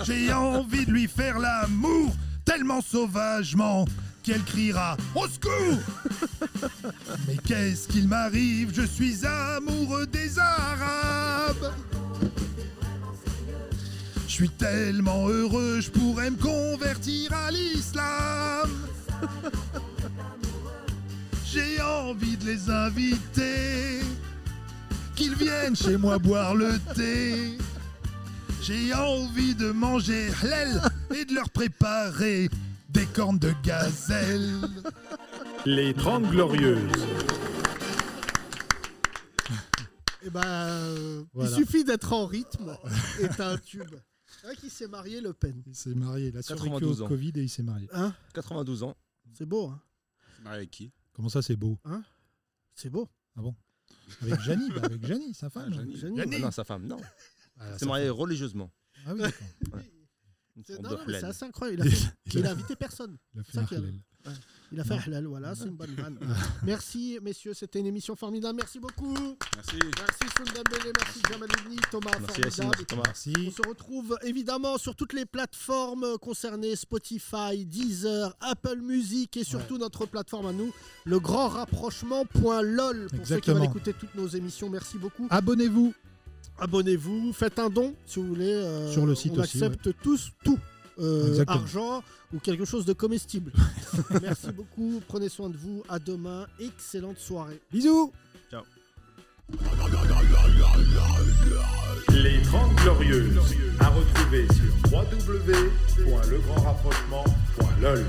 S4: J'ai envie de lui faire l'amour tellement sauvagement qu'elle criera Au secours Mais qu'est-ce qu'il m'arrive Je suis amoureux des Arabes. Je suis tellement heureux, je pourrais me convertir à l'islam. J'ai envie de les inviter, qu'ils viennent chez moi boire le thé. J'ai envie de manger halal et de leur préparer des cornes de gazelle.
S7: Les 30 Glorieuses.
S5: Et ben, euh,
S4: Voilà.
S5: il suffit d'être en
S4: (laughs)
S5: rythme et t'as un tube. C'est vrai qu'il s'est marié, Le Pen.
S4: Il s'est marié, il a survécu
S3: 92
S4: au
S3: ans.
S4: Covid et il s'est marié.
S5: Hein
S3: 92 ans.
S5: C'est beau, hein
S6: Marié avec qui
S4: Comment ça, c'est beau
S5: C'est beau.
S4: Avec Janie, bah, avec Janie, sa femme.
S6: Ah, Janie.
S5: Génial.
S3: Ah non, sa femme, non.
S4: Ah,
S3: Il
S4: sa
S3: s'est marié religieusement.
S4: femme. Ah oui, d'accord.
S3: Une
S5: C'est
S3: forme
S5: non,
S3: de
S5: non, mais c'est
S3: haleine.
S5: assez incroyable.
S4: Il,
S5: Il a,
S4: (laughs)
S5: fait- il a
S4: a-
S5: invité personne.
S4: il a fait
S5: ça
S4: un
S5: qu'il y a-
S4: halal.
S5: Il a fait
S4: Non.
S5: un halal, voilà, c'est une bonne
S3: (laughs)
S5: vanne. Merci, messieurs, c'était une émission formidable. Merci beaucoup.
S6: Merci.
S5: Merci Sundambele, merci Jamal Oudni, Thomas,
S3: Merci Yacine,
S5: formidable.
S3: merci Thomas.
S5: On
S4: Merci.
S5: se retrouve évidemment sur toutes les plateformes concernées Spotify, Deezer, Apple Music et surtout notre plateforme à nous, le grand rapprochement.lol. Pour ceux qui
S4: Exactement.
S5: veulent écouter toutes nos émissions, merci beaucoup.
S4: Abonnez-vous.
S5: Abonnez-vous, faites un don si vous voulez. euh,
S4: Sur le site
S5: On
S4: aussi,
S5: accepte tous tout. euh,
S4: Exactement.
S5: argent ou quelque chose de comestible.
S4: (laughs)
S5: Merci beaucoup, prenez soin de vous, à demain, excellente soirée.
S4: Bisous.
S7: Les 30 Glorieuses. À retrouver sur www.legrandrapprochement.lol.